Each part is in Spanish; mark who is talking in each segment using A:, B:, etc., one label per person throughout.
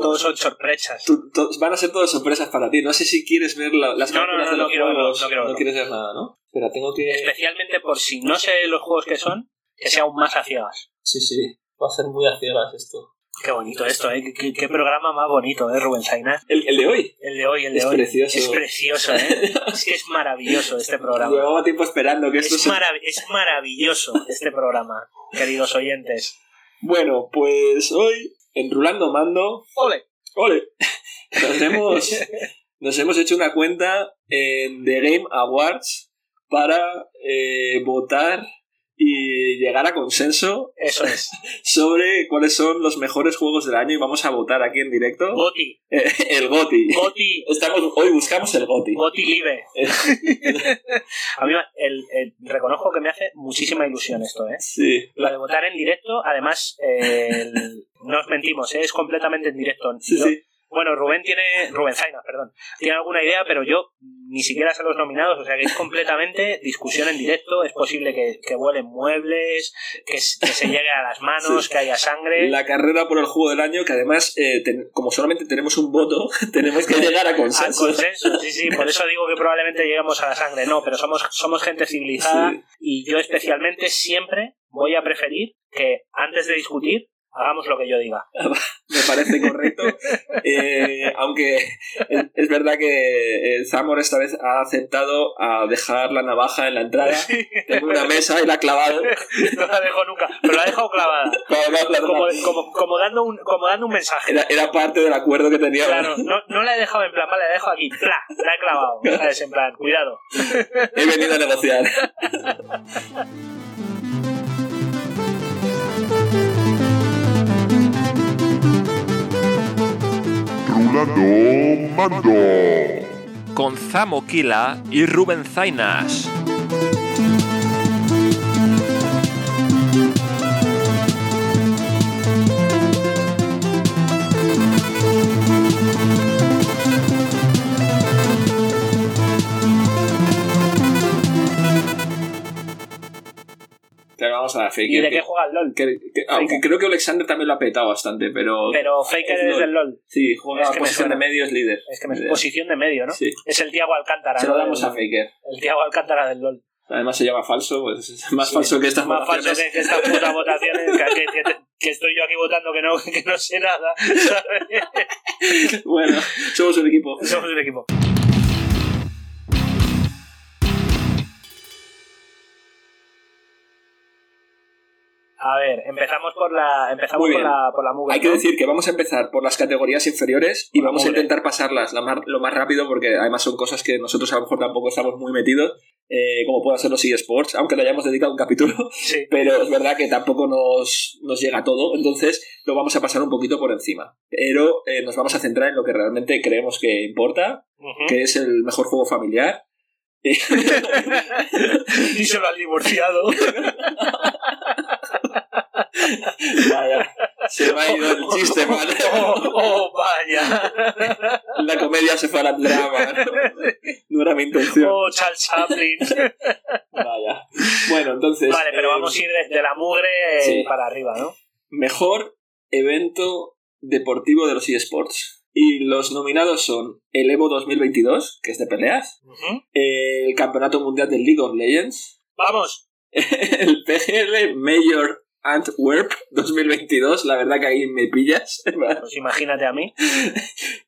A: todos son sorpresas.
B: tú- to- van a ser todas sorpresas para ti. No sé si quieres ver la- las
A: No, no,
B: películas
A: no,
B: de
A: no
B: los
A: quiero verlo,
B: juegos.
A: no quiero verlo. Este.
B: quieres ver nada, ¿no? Espera, tengo que...
A: Especialmente por si no sé los juegos que son, que sea aún más a ciegas.
B: Sí, sí. Va a ser muy a ciegas esto.
A: Qué bonito esto, ¿eh? Qué- Qué, qué programa más bonito, ¿eh, Rubén Sainas?
B: El, el de hoy.
A: El de hoy, el de
B: Es
A: hoy.
B: precioso.
A: Es precioso, ¿eh? es que es maravilloso este programa.
B: Llevaba tiempo esperando que esto
A: Es,
B: se...
A: marav- es maravilloso este programa, queridos oyentes.
B: Bueno, pues hoy, enrulando mando,
A: ¡Ole!
B: ¡Ole! Nos hemos, nos hemos hecho una cuenta en The Game Awards para eh, votar y llegar a consenso
A: Eso es.
B: sobre cuáles son los mejores juegos del año y vamos a votar aquí en directo
A: Goti,
B: eh, el GOTI.
A: Goti,
B: Estamos, hoy buscamos el GOTI.
A: Goti Live. A mí me- el- el- reconozco que me hace muchísima ilusión esto, ¿eh?
B: Sí,
A: Lo
B: la-
A: de votar en directo, además, eh, el- no os mentimos, ¿eh? es completamente en directo.
B: sí,
A: Yo-
B: sí.
A: Bueno, Rubén tiene, Rubén Zainas, perdón, tiene alguna idea, pero yo ni siquiera sé los nominados, o sea que es completamente discusión en directo, es posible que, que vuelen muebles, que, s- que se llegue a las manos,
B: Sí.
A: que haya sangre.
B: La carrera por el juego del año, que además, eh, ten- como solamente tenemos un voto, tenemos que llegar a
A: Al
B: consenso.
A: consenso, sí, sí, por eso digo que probablemente lleguemos a la sangre. No, pero somos, somos gente civilizada
B: Sí.
A: y yo especialmente siempre voy a preferir que antes de discutir hagamos lo que yo diga.
B: me parece correcto. Eh, aunque es, es verdad que eh, Zamor esta vez ha aceptado a dejar la navaja en la entrada. Tengo una mesa y la ha clavado.
A: No la dejo nunca, pero la dejo clavada.
B: Para hablar la
A: Como,
B: navaja.
A: como, como dando un, como dando un mensaje.
B: Era, era parte del acuerdo que tenía.
A: Claro, no, no la he dejado en plan, vale, la dejo aquí, ¡pla! La he clavado, ¿sabes? En plan, cuidado.
B: He venido a negociar.
C: Rulando Mando.
D: con Zamo Kila y Rubén Zainas.
B: Claro, vamos a la fake.
A: ¿Y de
B: que-
A: qué juega el LOL?
B: que- que- aunque creo que Alexander también lo ha petado bastante, pero,
A: Pero Faker
B: Es
A: es
B: LOL.
A: del LOL.
B: sí, juega
A: es que me
B: posición de
A: suena.
B: medio, es líder.
A: Es que me
B: Líder.
A: posición de medio, ¿no?
B: Sí.
A: Es el Tiago Alcántara.
B: Se lo
A: ¿no?
B: damos
A: el,
B: a Faker.
A: El Tiago Alcántara del LOL.
B: Además se llama falso, pues es más
A: Sí,
B: falso que estas
A: Más falso
B: votaciones.
A: que, que estas putas votaciones, que, que- que- que estoy yo aquí votando que no, que no sé nada. ¿sabes?
B: Bueno, somos un equipo.
A: Somos un equipo. A ver, empezamos por la, empezamos
B: Muy
A: por
B: bien.
A: la, por la mugre,
B: Hay que
A: ¿no?
B: decir que vamos a empezar por las categorías inferiores y
A: Por la
B: vamos a
A: mugre.
B: intentar pasarlas la mar- lo más rápido porque además son cosas que nosotros a lo mejor tampoco estamos muy metidos, eh, como pueden ser los eSports, aunque le hayamos dedicado un capítulo,
A: Sí.
B: pero es verdad que tampoco nos, nos llega todo, entonces lo vamos a pasar un poquito por encima. Pero eh, nos vamos a centrar en lo que realmente creemos que importa,
A: Ujú.
B: que es el mejor juego familiar.
A: Díselo al divorciado.
B: Vaya, se me ha ido el chiste, mal.
A: Oh, oh, vaya.
B: La comedia se fue al drama. No era mi intención.
A: Oh, Charles Chaplin.
B: Vaya. Bueno, entonces.
A: Vale, pero
B: eh,
A: vamos a ir desde la mugre eh,
B: Sí.
A: para arriba, ¿no?
B: Mejor evento deportivo de los eSports. Y los nominados son el Evo 2022, que es de peleas,
A: Ujú.
B: el Campeonato Mundial del League of Legends,
A: Vamos.
B: el PGL Major Antwerp 2022, la verdad que ahí me pillas,
A: Pues imagínate a mí.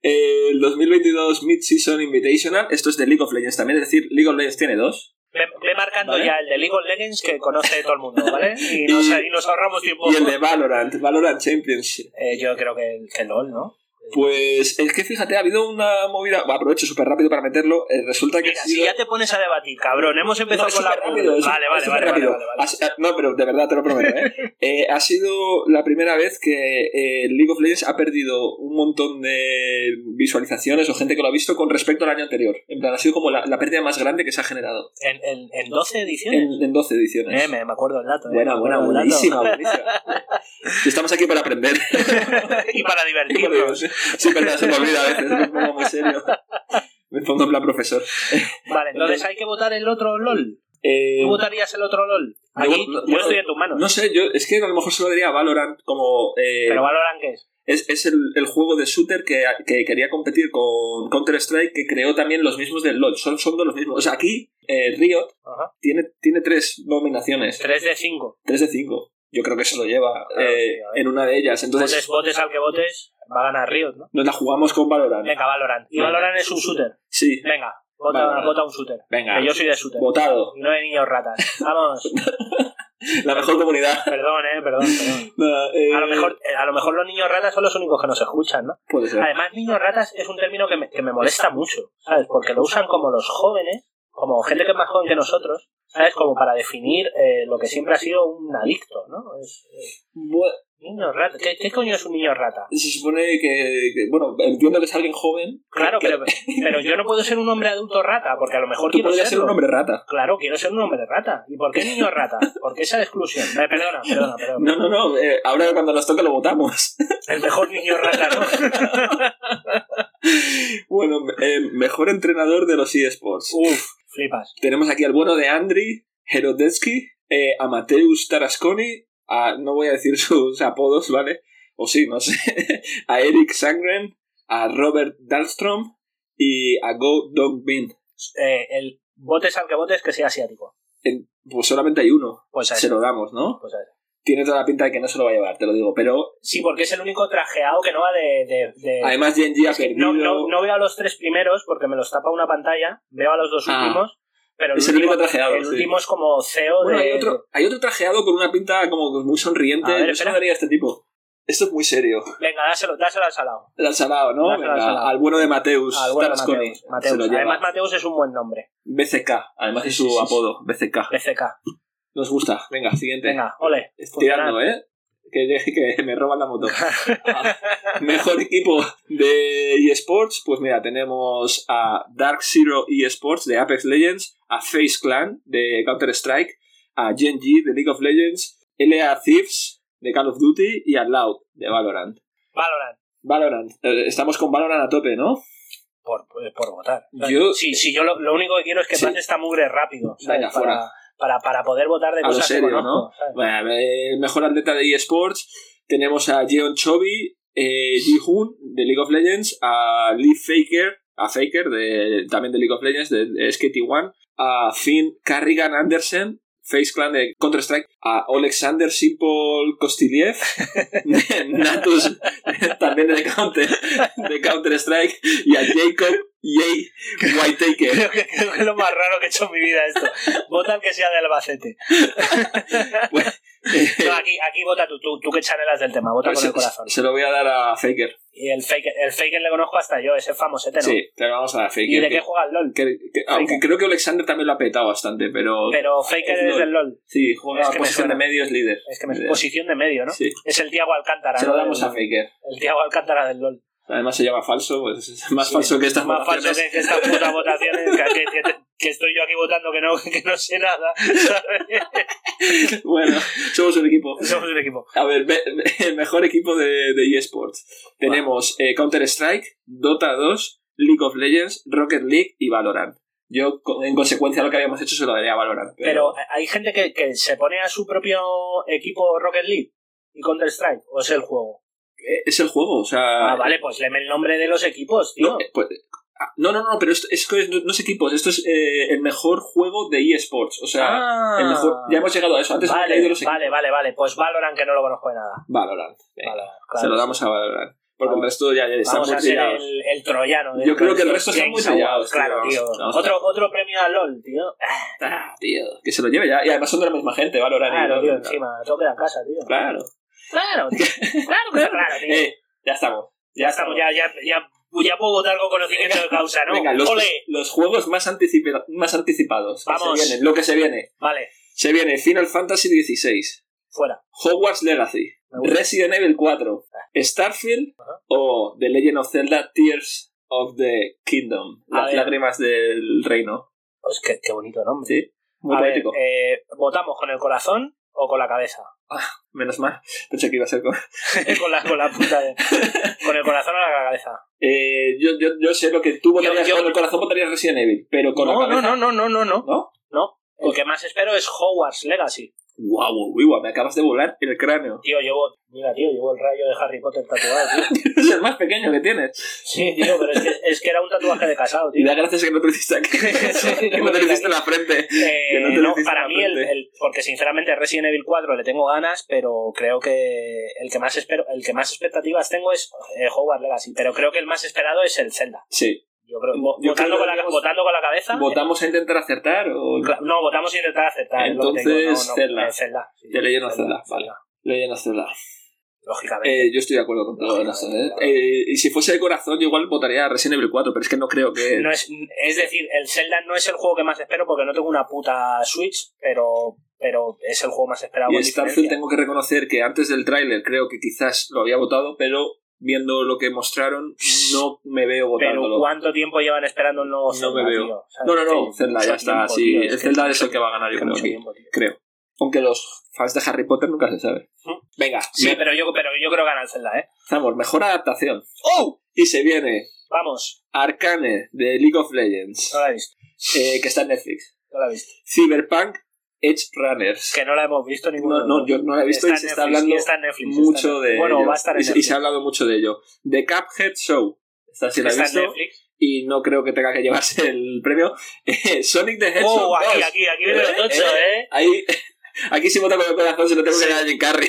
B: el 2022 Mid-Season Invitational, esto es de League of Legends también, es decir, League of Legends tiene dos,
A: Ve, ve marcando
B: Vale.
A: ya el de League of Legends que conoce todo el mundo, ¿vale? Y nos, y nos ahorramos tiempo.
B: y el de Valorant, Valorant Championship.
A: Eh, yo creo que, que LOL, ¿no?
B: Pues es que fíjate, ha habido una movida. bueno, aprovecho súper rápido para meterlo. eh, resulta que.
A: Mira,
B: ha sido-
A: si ya te pones a debatir, cabrón, hemos
B: No,
A: empezado
B: es
A: con la
B: súper rápido,
A: mugre.
B: es
A: Vale,
B: súper
A: vale, vale, vale,
B: rápido.
A: vale, vale.
B: Ha si- ah, No, pero de verdad te lo prometo, ¿eh? Eh, ha sido la primera vez que eh, League of Legends ha perdido un montón de visualizaciones o gente que lo ha visto con respecto al año anterior. En plan, ha sido como la, la pérdida más grande que se ha generado
A: En, en, en 12 ediciones.
B: en, en 12 ediciones.
A: Eh, me, me acuerdo el dato. eh,
B: buena,
A: me
B: buena,
A: acuerdo el dato.
B: buenísima, buenísima. Si Estamos aquí para aprender.
A: y para divertirnos.
B: Sí, perdón, se me olvida a veces, me pongo muy serio. Me pongo en plan profesor.
A: Vale, entonces hay que votar el otro LOL.
B: Eh,
A: ¿Tú votarías el otro LOL?
B: yo-
A: Aquí,
B: no-
A: yo
B: yo-
A: estoy en tus manos.
B: no sé, yo es que a lo mejor se lo daría a Valorant como... eh,
A: pero valoran que es.
B: es es el, el juego de shooter que, que quería competir con Counter-Strike, que creó también los mismos del LoL. Son, son de los mismos. O sea, aquí eh, Riot
A: Ajá.
B: tiene, tiene tres nominaciones.
A: 3 de 5.
B: Tres de cinco. Yo creo que se lo lleva
A: Claro,
B: eh,
A: sí, a ver.
B: en una de ellas. Entonces,
A: Votes, votes al que votes, va a ganar Riot, ¿no?
B: nos la jugamos con Valorant.
A: Venga, Valorant. Y
B: Venga.
A: Valorant es un shooter.
B: Sí.
A: Venga, vota,
B: Valorant.
A: vota un shooter.
B: Venga.
A: eh, Que yo soy de shooter.
B: Votado.
A: No de niños ratas. Vamos.
B: La mejor comunidad.
A: perdón, eh, perdón, perdón.
B: No, eh,
A: A lo, mejor, eh, a lo mejor los niños ratas son los únicos que nos escuchan, ¿no?
B: Puede ser.
A: Además, niños ratas es un término que me, que me molesta mucho, ¿sabes? Porque lo usan como los jóvenes, como gente que es más joven que nosotros, ¿sabes? Como para definir eh, lo que siempre ha sido un adicto, ¿no? Es, eh,
B: Bu-
A: niño rata. ¿Qué, qué coño es un niño rata?
B: Se supone que, que- Bueno, entiendo que es alguien joven.
A: Claro,
B: que
A: pero, pero yo no puedo ser un hombre adulto rata, porque a lo mejor
B: Tú
A: quiero
B: podrías ser
A: serlo.
B: un hombre rata.
A: Claro, quiero ser un hombre rata. ¿Y por qué niño rata? ¿Por qué esa exclusión? Eh, perdona, perdona, perdona.
B: No, no, no. eh, ahora cuando nos toque lo votamos.
A: El mejor niño rata, ¿no?
B: bueno, eh, mejor entrenador de los eSports.
A: Uf, flipas.
B: Tenemos aquí al bueno de Andri, Herodetsky, eh, a Mateusz Tarasconi, a, no voy a decir sus apodos, ¿vale? O sí, no sé. a Eric Sangren, a Robert Dahlstrom y a Go Dong Bin.
A: Eh, el botes al que votes que sea asiático.
B: En- pues solamente hay uno.
A: Pues a
B: Se
A: ese.
B: lo damos, ¿no?
A: Pues a ese.
B: Tiene toda la pinta de que no se lo va a llevar, te lo digo. Pero
A: Sí, porque es el único trajeado que no va de. de- de-
B: además Genji ha perdido.
A: Eh, no, no, no veo a los tres primeros porque me los tapa una pantalla. Veo a los dos
B: Ah.
A: últimos. Pero el
B: Es el
A: último,
B: único trajeado,
A: el
B: sí.
A: último es como CEO
B: Bueno,
A: de.
B: hay otro, hay otro trajeado con una pinta como muy sonriente.
A: Pues A ver,
B: Yo se
A: espera.
B: lo daría a este tipo. Esto es muy serio.
A: Venga, dáselo, dáselo al salado.
B: El Salao, ¿no?
A: Al Salao,
B: Venga,
A: al Salao.
B: al bueno de Mateus.
A: Al bueno de
B: Tarasconi.
A: Mateus.
B: Pues Se
A: Mateus.
B: lo lleva.
A: Además, Mateus es un buen nombre.
B: BCK, además
A: Sí,
B: es
A: sí,
B: su
A: sí, sí.
B: apodo. BCK.
A: BCK.
B: Nos gusta. Venga, siguiente.
A: Venga, ole.
B: Estirando, ¿eh? Que, que- que me roban la moto. Ah, mejor equipo de eSports, pues mira, tenemos a Dark Zero eSports de Apex Legends, a Face Clan de Counter-Strike, a Gen G de League of Legends, LA Thieves de Call of Duty y a Loud de Valorant.
A: Valorant.
B: Valorant, eh, estamos con Valorant a tope, ¿no?
A: Por, eh, por votar.
B: Yo-
A: sí, sí, yo lo, lo único que quiero es que
B: Sí.
A: pase esta mugre rápido. ¿sabes?
B: Venga,
A: para,
B: fuera.
A: Para, para poder votar de
B: A lo
A: cosas
B: serio,
A: que conozco,
B: ¿no?
A: ¿sabes?
B: Bueno, eh, mejor atleta de eSports tenemos a Jeon Chobi, eh, Ji Hoon de League of Legends, a Lee Faker, a Faker de, también de League of Legends, de, SKT1, a Finn Carrigan Andersen, Face Clan de Counter-Strike, a Alexander Simple Kostiliev, de Natus, también de Counter- de Counter-Strike, y a Jacob Yei Whitaker.
A: Creo que, creo que es lo más raro que he hecho en mi vida esto. Vota al que sea de Albacete.
B: Bueno,
A: No, aquí, aquí vota tú, tú, tú que chanelas del tema, vota con
B: se,
A: el corazón.
B: se lo voy a dar a Faker.
A: Y el fake, el fake le conozco hasta yo, ese famosete, Este ¿no?
B: Sí, te lo vamos a dar a Faker.
A: ¿Y de
B: que-
A: qué juega el LOL?
B: Que- que- aunque creo que Alexander también lo ha petado bastante, pero,
A: Pero Faker
B: es
A: es del Lol.
B: sí, juega
A: es que me
B: posición de
A: suena.
B: medio es líder.
A: Es que me
B: Líder.
A: posición de medio, ¿no?
B: Sí.
A: Es el Tiago Alcántara.
B: Se lo
A: ¿no?
B: damos
A: el,
B: a Faker.
A: El Tiago Alcántara del LOL.
B: Además se llama falso, pues es más
A: Sí.
B: falso que estas
A: Más falso
B: votaciones.
A: que, que estas putas votaciones, ¿eh? que, que- que- que estoy yo aquí votando que no, que no sé nada. ¿sabes?
B: Bueno, somos un equipo.
A: Somos un equipo.
B: A ver, ve- ve- el mejor equipo de, de eSports. Tenemos eh, Counter-Strike, Dota 2, League of Legends, Rocket League y Valorant. Yo, co- en consecuencia, lo que habíamos hecho se lo daría a Valorant.
A: Pero hay gente que, que se pone a su propio equipo Rocket League y Counter-Strike, o es el juego.
B: eh, es el juego, o sea...
A: Ah, vale, pues léeme el nombre de los equipos, tío.
B: No, eh, pues, ah, no, no, no, pero esto, es que no, no es equipos, esto es eh, el mejor juego de eSports. O sea,
A: Ah.
B: el mejor, ya hemos llegado a eso. Antes hemos
A: vale,
B: caído los equipos.
A: vale, vale, vale. Pues Valorant, que no lo conozco de nada.
B: Valorant. venga,
A: Valorant,
B: se
A: claro.
B: lo damos a Valorant. Porque
A: Vamos.
B: el resto ya, ya está
A: Vamos
B: muy
A: a ser
B: trillados.
A: el, el troyano. del-
B: Yo creo que el resto están
A: James
B: muy trillados,
A: Awards,
B: tío,
A: Claro,
B: vamos,
A: tío.
B: vamos a-
A: Otro, otro premio a LOL, tío.
B: Ah, tío, que se lo lleve ya. Y además son de la misma gente, Valorant. y
A: Claro, tío,
B: Valorant.
A: encima. Todo queda en casa, tío.
B: Claro.
A: Claro, tío. Claro, que es raro, tío.
B: Eh, ya estamos. Ya
A: Ya estamos, ya, ya, ya, ya puedo votar con conocimiento de causa, ¿no?
B: Venga, los,
A: Ole.
B: los juegos más, anticipa- más anticipados. que
A: Vamos.
B: Se vienen, lo que se viene.
A: Vale,
B: Se viene Final Fantasy XVI,
A: fuera.
B: Hogwarts Legacy,
A: Me gusta.
B: Resident Evil 4, Starfield o The Legend of Zelda Tears of the Kingdom,
A: A
B: las
A: ver.
B: lágrimas del reino.
A: Pues qué, qué bonito nombre.
B: Sí, muy
A: a ver,
B: poético.
A: eh, ¿votamos con el corazón o con la cabeza?
B: Menos mal, pensé que iba a ser con...
A: con, la, con la punta de... Con el corazón o la cabeza.
B: Eh, yo, yo, yo sé lo que tú votarías
A: yo-
B: con el corazón, votarías Resident Evil, pero con
A: no,
B: la cabeza...
A: no, no, no, no, no, no.
B: ¿No?
A: No. Lo que más espero es Hogwarts Legacy.
B: ¡Guau, guau, guau! Me acabas de volar el cráneo.
A: Tío, llevo. Mira, tío, llevo el rayo de Harry Potter tatuado, tío.
B: es el más pequeño que tienes.
A: Sí, tío, pero es que, es que era un tatuaje de casado,
B: Y
A: tío.
B: da gracias que no te lo hiciste aquí. que no te lo hiciste en la frente.
A: Eh,
B: que no te lo
A: no,
B: hiciste
A: para
B: en la
A: mí, el,
B: frente.
A: el- porque sinceramente Resident Evil 4 le tengo ganas, pero creo que el que más espero, el que más expectativas tengo es eh, Hogwarts Legacy, pero creo que el más esperado es el Zelda.
B: Sí.
A: Yo creo, vo-
B: Yo
A: votando,
B: creo que
A: con la,
B: vamos-
A: votando con la cabeza,
B: ¿Votamos a intentar acertar o
A: eh, cla- no, votamos sin intentar aceptar. es lo que te digo,
B: Entonces,
A: no, no,
B: Zelda.
A: eh, Zelda. sí,
B: Te leyeron Zelda, vale. leyendo hacerla?
A: Lógicamente.
B: Eh, yo estoy de acuerdo con todo eso, ¿eh? Eh, Y si fuese de corazón, yo igual votaría a Resident Evil 4, pero es que no creo que.
A: No es, es decir, el Zelda no es el juego que más espero porque no tengo una puta Switch, pero, pero es el juego más esperado.
B: y
A: con
B: Starfield
A: diferencia.
B: tengo que reconocer que antes del tráiler creo que quizás lo había votado, pero viendo lo que mostraron, no me veo
A: Pero
B: votándolo.
A: ¿cuánto tiempo llevan esperando el nuevo
B: No
A: Zelda,
B: me veo.
A: tío? O sea,
B: No, no, no,
A: que-
B: Zelda ya
A: mucho
B: está.
A: tiempo,
B: sí,
A: tío,
B: el
A: es que
B: Zelda
A: mucho-
B: es el que va a ganar, yo
A: que
B: creo.
A: mucho
B: aquí.
A: tiempo, tío.
B: creo. Aunque los fans de Harry Potter nunca se sabe.
A: ¿Mm?
B: Venga,
A: Sí,
B: me-
A: pero yo, pero yo creo que gana el Zelda, ¿eh?
B: vamos, mejor adaptación. ¡Oh! Y se viene
A: Vamos,
B: Arcane de League of Legends,
A: no la he visto,
B: eh, que está en Netflix.
A: no la he visto.
B: Cyberpunk Edge Runners.
A: Que no la hemos visto ninguno.
B: No, no, yo no la he visto y
A: Está
B: se
A: en
B: está
A: Netflix,
B: hablando
A: y está en Netflix, está
B: mucho
A: en-
B: de
A: Bueno,
B: ello.
A: va a estar en
B: y, se- y se ha hablado mucho de ello. The Cuphead Show. Esta sí la he
A: Netflix. Está
B: visto
A: en Netflix.
B: y no creo que tenga que llevarse el premio. Eh, Sonic the Hedgehog
A: Oh, aquí,
B: 2.
A: aquí, aquí viene
B: Eh,
A: el tocho, ¿eh?
B: Ahí- aquí sí vota con el corazón, se lo tengo que
A: Sí.
B: dar a Jim Carrey.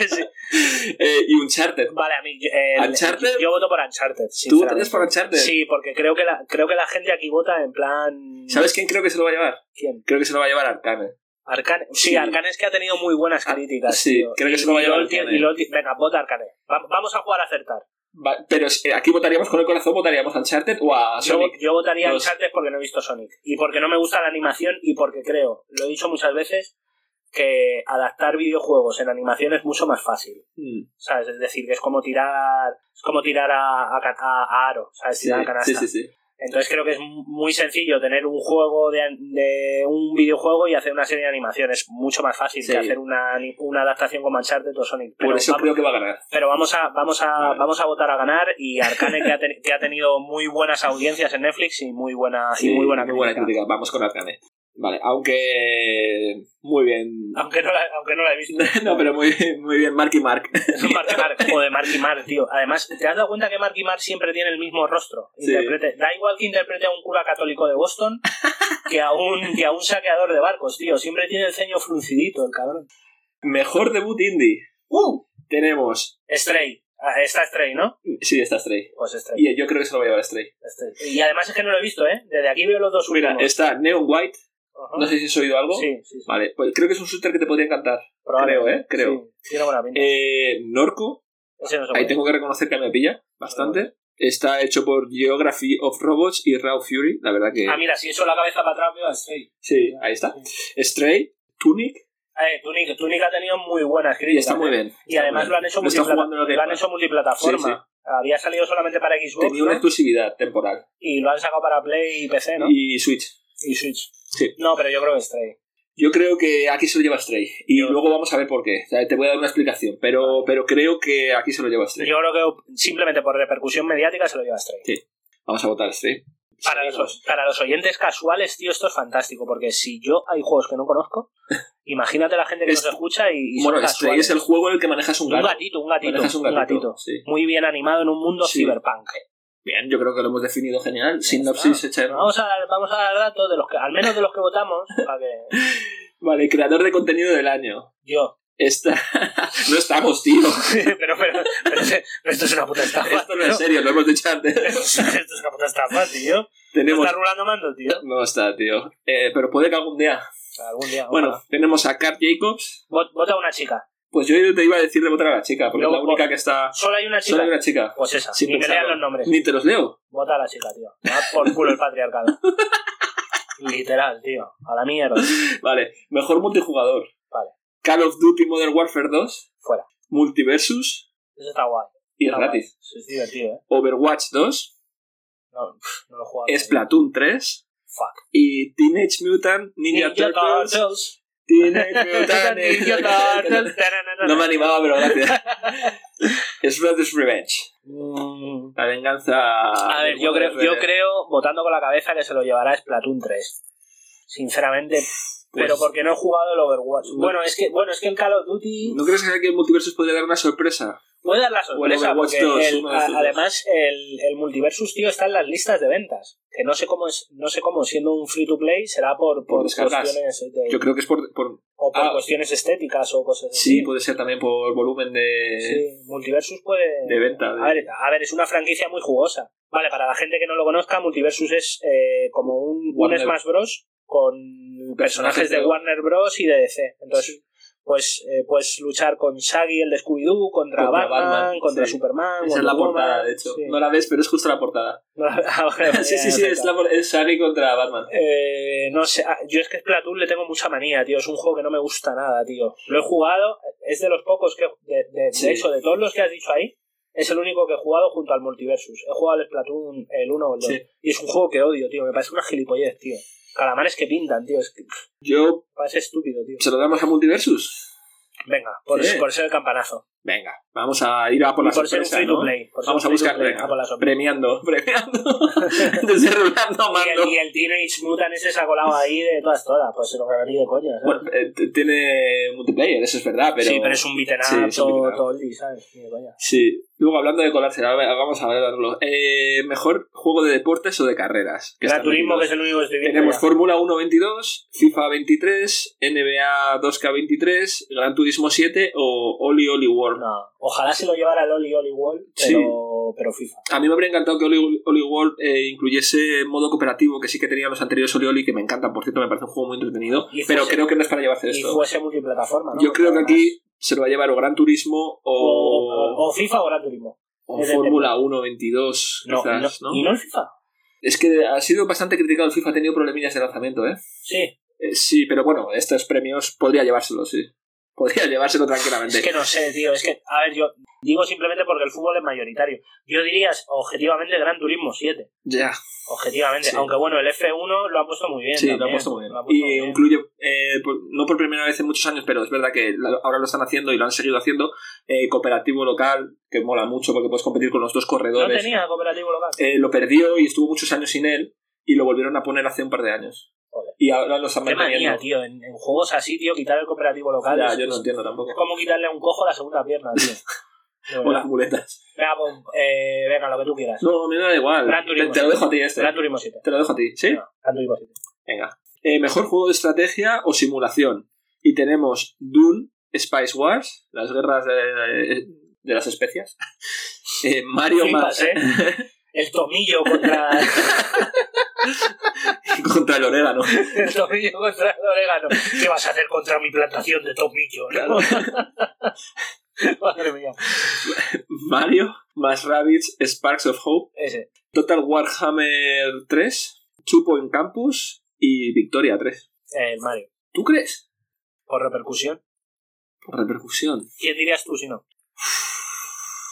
B: Eh, y Uncharted.
A: Vale, a mí. eh,
B: ¿Uncharted?
A: Yo voto por Uncharted.
B: ¿Tú
A: sinceramente.
B: votarías por Uncharted?
A: Sí, porque creo que, la, creo que la gente aquí vota en plan.
B: ¿Sabes quién creo que se lo va a llevar?
A: quién?
B: Creo que se lo va a llevar Arcane.
A: Arcane. Sí,
B: Sí.
A: Arcane es que ha tenido muy buenas
B: Ah,
A: críticas.
B: sí,
A: tío.
B: creo que
A: Y-
B: se lo va a
A: y
B: llevar
A: Lol tiene-
B: Arcane.
A: y Lol ti- Venga, vota Arcane. Va- vamos a jugar a acertar.
B: Va- pero eh, aquí votaríamos con el corazón, votaríamos a Uncharted o a
A: Yo,
B: Sonic.
A: yo votaría
B: Dos.
A: Uncharted porque no he visto Sonic. Y porque no me gusta la animación y porque creo, lo he dicho muchas veces, que adaptar videojuegos en animación es mucho más fácil.
B: Mm,
A: ¿Sabes? Es decir, que es como tirar. Es como tirar a, a, ca- a- a aro, ¿sabes?
B: sí,
A: Tirar a canasta.
B: sí, sí, sí.
A: Entonces creo que es muy sencillo tener un juego de, de un videojuego y hacer una serie de animaciones. Mucho más fácil
B: Sí.
A: que hacer una, ani- una adaptación como Uncharted o Sonic.
B: Por
A: Pero
B: eso
A: vamos-
B: creo que va a ganar.
A: pero vamos a, vamos a,
B: Vale.
A: vamos a votar a ganar y Arcane que ha, ten- que ha tenido muy buenas audiencias en Netflix y muy buena,
B: Sí,
A: y muy buena, crítica.
B: crítica. Vamos con Arcane. Vale, aunque. Muy bien.
A: Aunque no la, aunque no la he visto.
B: Ah. No, pero muy, muy bien, Mark y Mark.
A: Marky Mark, joder, Marky Mark, tío. Además, ¿te has dado cuenta que Marky Mark siempre tiene el mismo rostro?
B: Sí.
A: Interprete- da igual que interprete a un cura católico de Boston que a un, que a un saqueador de barcos, tío. Siempre tiene el ceño fruncidito, el cabrón.
B: Mejor debut indie. Tenemos.
A: Stray. Ah, Está Stray, ¿no?
B: Sí, está Stray.
A: Pues Stray.
B: Y yo creo que se lo va a llevar Stray.
A: Stray. Y además es que no lo he visto, ¿eh? Desde aquí veo los dos
B: Pues Mira,
A: últimos.
B: está Neon White.
A: Ajá.
B: No sé si has oído algo.
A: Sí, sí, sí.
B: Vale, pues creo que es un shooter que te podría encantar.
A: Probablemente.
B: Creo, ¿eh? Creo.
A: Sí, tiene buena pinta.
B: Eh, Norco.
A: Ese no se
B: Ahí
A: puede.
B: tengo que reconocer que me pilla bastante. Está hecho por Geography of Robots y Raw Fury. La verdad que.
A: Ah, mira, si eso la cabeza para atrás veo a Stray.
B: Sí, ahí está. Stray, Tunic.
A: Eh, Tunic, Tunic ha tenido muy buenas
B: Y
A: críticas.
B: está muy
A: ¿eh?
B: bien.
A: Y además lo han hecho,
B: Lo está
A: multiplata-
B: jugando en el Game
A: lo han
B: Pass.
A: hecho multiplataforma.
B: Sí, sí.
A: Había salido solamente para Xbox
B: Tenía una
A: ¿no?
B: exclusividad temporal.
A: y lo han sacado para Play y PC, ¿no? Y,
B: Y Switch.
A: Switch.
B: Sí.
A: No, pero yo creo que Stray.
B: Yo creo que aquí se lo lleva Stray. Y
A: Yo-
B: luego vamos a ver por qué. O sea, te voy a dar una explicación. Pero, pero creo que aquí se lo lleva Stray.
A: Yo creo que simplemente por repercusión mediática se lo lleva Stray.
B: Vamos a votar Stray.
A: Para los, para los oyentes casuales, tío, esto es fantástico, porque si yo hay juegos que no conozco, imagínate la gente que
B: Es-
A: nos escucha y, y son
B: Bueno, Stray
A: casuales.
B: es el juego en el que manejas un
A: un
B: gato.
A: gatito, un gatito,
B: manejas un
A: un
B: gatito.
A: gatito.
B: Sí.
A: Muy bien animado en un mundo
B: Sí.
A: cyberpunk.
B: Bien, yo creo que lo hemos definido genial. Sinopsis hecha en-
A: Vamos a, vamos a dar datos de los que, al menos de los que votamos, para que
B: Vale, creador de contenido del año.
A: yo.
B: Esta... no estamos, tío.
A: pero, pero, pero este- pero esto es una puta estafa.
B: Esto no es
A: tío.
B: serio, lo hemos dicho antes.
A: Esto es una puta estafa, tío. ¿No
B: Tenemos...
A: está rulando mando, tío?
B: No está, tío. Eh, pero puede que algún día.
A: Algún día.
B: Bueno,
A: ojalá.
B: tenemos a Kat Jacobs,
A: Vot- vota una chica.
B: Pues yo te iba a decir de votar a la chica, porque
A: Luego,
B: es la única que está.
A: ¿Solo hay una chica?
B: Solo hay una chica.
A: Pues esa.
B: Sin
A: Ni me
B: pensarlo.
A: lean los nombres.
B: Ni te los leo.
A: Vota a la chica, tío. Va por culo el patriarcado. Literal, tío. A la mierda.
B: Vale. Mejor multijugador.
A: Vale.
B: Call of Duty Modern Warfare 2.
A: Fuera.
B: Multiversus.
A: Eso está guay.
B: Y es
A: Está
B: gratis.
A: guay. Es divertido, ¿eh?
B: Overwatch 2.
A: No, pff, no lo he jugado.
B: Splatoon 3.
A: Fuck.
B: Y Teenage Mutant Ninja, Turtles. Teenage Mutant Ninja Turtles. No me animaba, pero gracias. Shredder's Revenge.
A: Mm,
B: La venganza.
A: A ver, yo creo, yo creo, votando con la cabeza, que se lo llevará Splatoon 3. Sinceramente,
B: Pues-
A: pero porque no he jugado el Overwatch.
B: No.
A: Bueno, es que, bueno, es que el Call of Duty
B: ¿No crees que el Multiversus podría dar una sorpresa?
A: puede dar la
B: O
A: sorpresa.
B: el Overwatch
A: porque
B: 2,
A: el-
B: una de
A: a-
B: esas dos.
A: además, el, el multiversus, tío, está en las listas de ventas. Que no sé cómo es, no sé cómo, siendo un free to play, será por,
B: Por
A: por,
B: descargas.
A: cuestiones de-
B: Yo creo que es por. por-
A: o por
B: ah.
A: cuestiones estéticas o cosas así.
B: sí, puede ser también por volumen de.
A: Sí, Multiversus puede.
B: Eh, de venta, de-
A: A, ver, a ver, es una franquicia muy jugosa. Vale, para la gente que no lo conozca, Multiversus es eh, como un, un
B: Warner.
A: Smash Bros. con personajes
B: Personajes de-
A: de Warner Bros. y de DC. Entonces, pues eh, puedes luchar con Shaggy, el de Scooby-Doo, contra,
B: Contra
A: Batman,
B: Batman,
A: contra
B: sí.
A: Superman.
B: Esa es la
A: Wonder Woman,
B: portada, de hecho.
A: sí.
B: No la ves, pero es justo la portada.
A: No la- ah, vale, vale,
B: sí, sí, sí,
A: perfecto.
B: es, la, por- es Shaggy contra Batman.
A: Eh, no sé, ah, yo es que Splatoon le tengo mucha manía, tío. Es un juego que no me gusta nada, tío. Lo he jugado, es de los pocos que. De, de- de
B: Sí.
A: hecho, de todos los que has dicho ahí, es el único que he jugado junto al Multiversus. He jugado al Splatoon el 1 o el 2.
B: Sí.
A: Y es un juego que odio, tío. Me parece una gilipollez, tío. Calamares que pintan, tío. Es que pff,
B: Yo.
A: me parece estúpido, tío.
B: ¿Se lo damos a Multiversus?
A: Venga, por,
B: Sí.
A: por ser el campanazo.
B: Venga, vamos a ir a por
A: Y
B: la
A: por ser un
B: sorpresa.
A: free
B: ¿no?
A: to play. por ser
B: Vamos a
A: un free to
B: buscar
A: play,
B: venga,
A: a por la sorpresa.
B: premiando, premiando, desarrollando
A: Y el,
B: mando.
A: y el Teenage Mutant ese se ha colado ahí de todas todas. Pues se lo gané de coña, ¿sabes?
B: Bueno, eh, t- tiene multiplayer, eso es verdad, pero.
A: sí, pero es un beat'em
B: Sí,
A: up
B: es un beat 'em
A: todo,
B: up.
A: todo el día, ¿sabes? Ni de coña.
B: Sí. Luego hablando de colarse, ahora vamos a hablarlo. Eh, ¿Mejor juego de deportes o de carreras? Que
A: Gran
B: están
A: Turismo, que
B: metidos.
A: es el único que estoy viendo.
B: Tenemos
A: ya.
B: Fórmula 1 22, FIFA 23, NBA 2K23, Gran Turismo 7 o Oli Oli World.
A: No, ojalá se lo llevara el Oli Oli Wall, pero, pero FIFA.
B: A mí me habría encantado que Oli Oli World eh, incluyese modo cooperativo, que sí que tenían los anteriores Oli Oli, que me encantan, por cierto, me parece un juego muy entretenido,
A: Y
B: pero
A: fuese-
B: creo que no es para llevarse
A: Y
B: esto.
A: fuese multiplataforma, ¿no?
B: Yo creo que
A: Porque además-
B: aquí se lo va a llevar o Gran Turismo
A: O,
B: o,
A: o- o FIFA o Gran Turismo.
B: o Fórmula 1 22,
A: No,
B: quizás,
A: no,
B: ¿no?
A: ¿Y no el FIFA?
B: Es que ha sido bastante criticado el FIFA, ha tenido problemillas de lanzamiento, ¿eh?
A: Sí.
B: Eh, Sí, pero bueno, estos premios podría llevárselo, sí. Podría llevárselo tranquilamente.
A: Es que no sé, tío. Es que, a ver, yo digo simplemente porque el fútbol es mayoritario. Yo diría, objetivamente, Gran Turismo 7.
B: Ya,
A: Objetivamente.
B: Sí.
A: Aunque bueno, el F1 lo ha puesto muy bien.
B: sí, lo han
A: también.
B: puesto muy bien.
A: Lo ha puesto muy
B: Y
A: bien.
B: incluye, eh, por- no por primera vez en muchos años, pero es verdad que la- ahora lo están haciendo y lo han seguido haciendo, eh, cooperativo local, que mola mucho porque puedes competir con los dos
A: No
B: corredores.
A: tenía cooperativo local.
B: Eh, lo perdió y estuvo muchos años sin él y lo volvieron a poner hace un par de años.
A: Joder.
B: Y ahora lo están
A: Qué manía,
B: manteniendo.
A: tío. En, en juegos así, tío, quitar el cooperativo local.
B: Ya,
A: es-
B: yo no entiendo
A: Es
B: tampoco.
A: como quitarle a un cojo la segunda pierna, tío. De
B: O
A: verdad.
B: las muletas.
A: Venga, pues, eh, venga, lo que tú quieras.
B: No, a mí me da igual.
A: Gran
B: Te,
A: Turismo.
B: te lo dejo a ti este.
A: Gran Turismo 7.
B: Te lo dejo a ti, ¿sí?
A: Venga, Gran Turismo 7.
B: Venga. Eh, mejor juego de estrategia o simulación. Y tenemos Dune, Spice Wars, las guerras de, de las especias. Eh, Mario
A: Flipas,
B: más
A: ¿eh? El tomillo contra
B: contra el orégano.
A: el tomillo contra el orégano. ¿Qué vas a hacer contra mi plantación de tomillo? no? Madre mía.
B: Mario más Rabbids, Sparks of Hope,
A: Ese.
B: Total Warhammer 3, Chupo en Campus y Victoria 3.
A: El Mario.
B: ¿Tú crees?
A: Por repercusión.
B: Por repercusión.
A: ¿Quién dirías tú si no?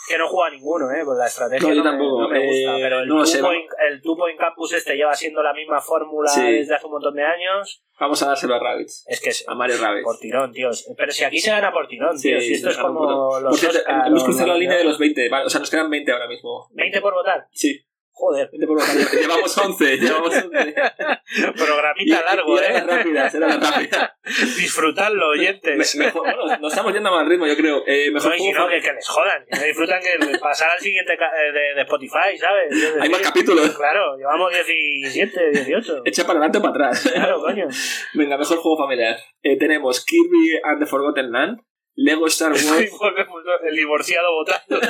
A: Que no juega ninguno, ¿eh? Pues la estrategia
B: No, yo
A: no, me-
B: tampoco.
A: no me, gusta.
B: Eh,
A: pero el,
B: no lo
A: Two
B: sé,
A: Point- el Two Point Campus este lleva siendo la misma fórmula
B: Sí.
A: desde hace un montón de años.
B: Vamos a dárselo a Rabbids.
A: Es que es,
B: A Mario Rabbids.
A: Por tirón, tío. Pero si aquí se gana por tirón, tío. Si esto es como los
B: Por cierto,
A: Oscar
B: hemos
A: o
B: cruzado la
A: los-
B: línea de los 20. Vale, o sea, nos quedan 20 ahora mismo.
A: 20 por votar.
B: Sí.
A: Joder.
B: 20 por votar. Llevamos 11. Llevamos 11.
A: Programita largo,
B: y era
A: ¿eh?
B: las rápidas, era las rápidas.
A: Disfrutadlo,
B: Me-
A: oyentes.
B: mejor- bueno, nos estamos yendo a mal ritmo, yo creo. Eh, mejor
A: No, y si
B: juego
A: no,
B: fa-
A: que, que les jodan. Que disfrutan que pasar al siguiente ca- eh, de, de Spotify, ¿sabes? Es decir,
B: Hay más capítulos.
A: Claro, llevamos 17, 18.
B: Echa para adelante o para atrás.
A: Claro, coño.
B: Venga, mejor juego familiar. Eh, tenemos Kirby and the Forgotten Land, Lego Star
A: Sí,
B: Wars.
A: volvemos, ¿no? El divorciado votando.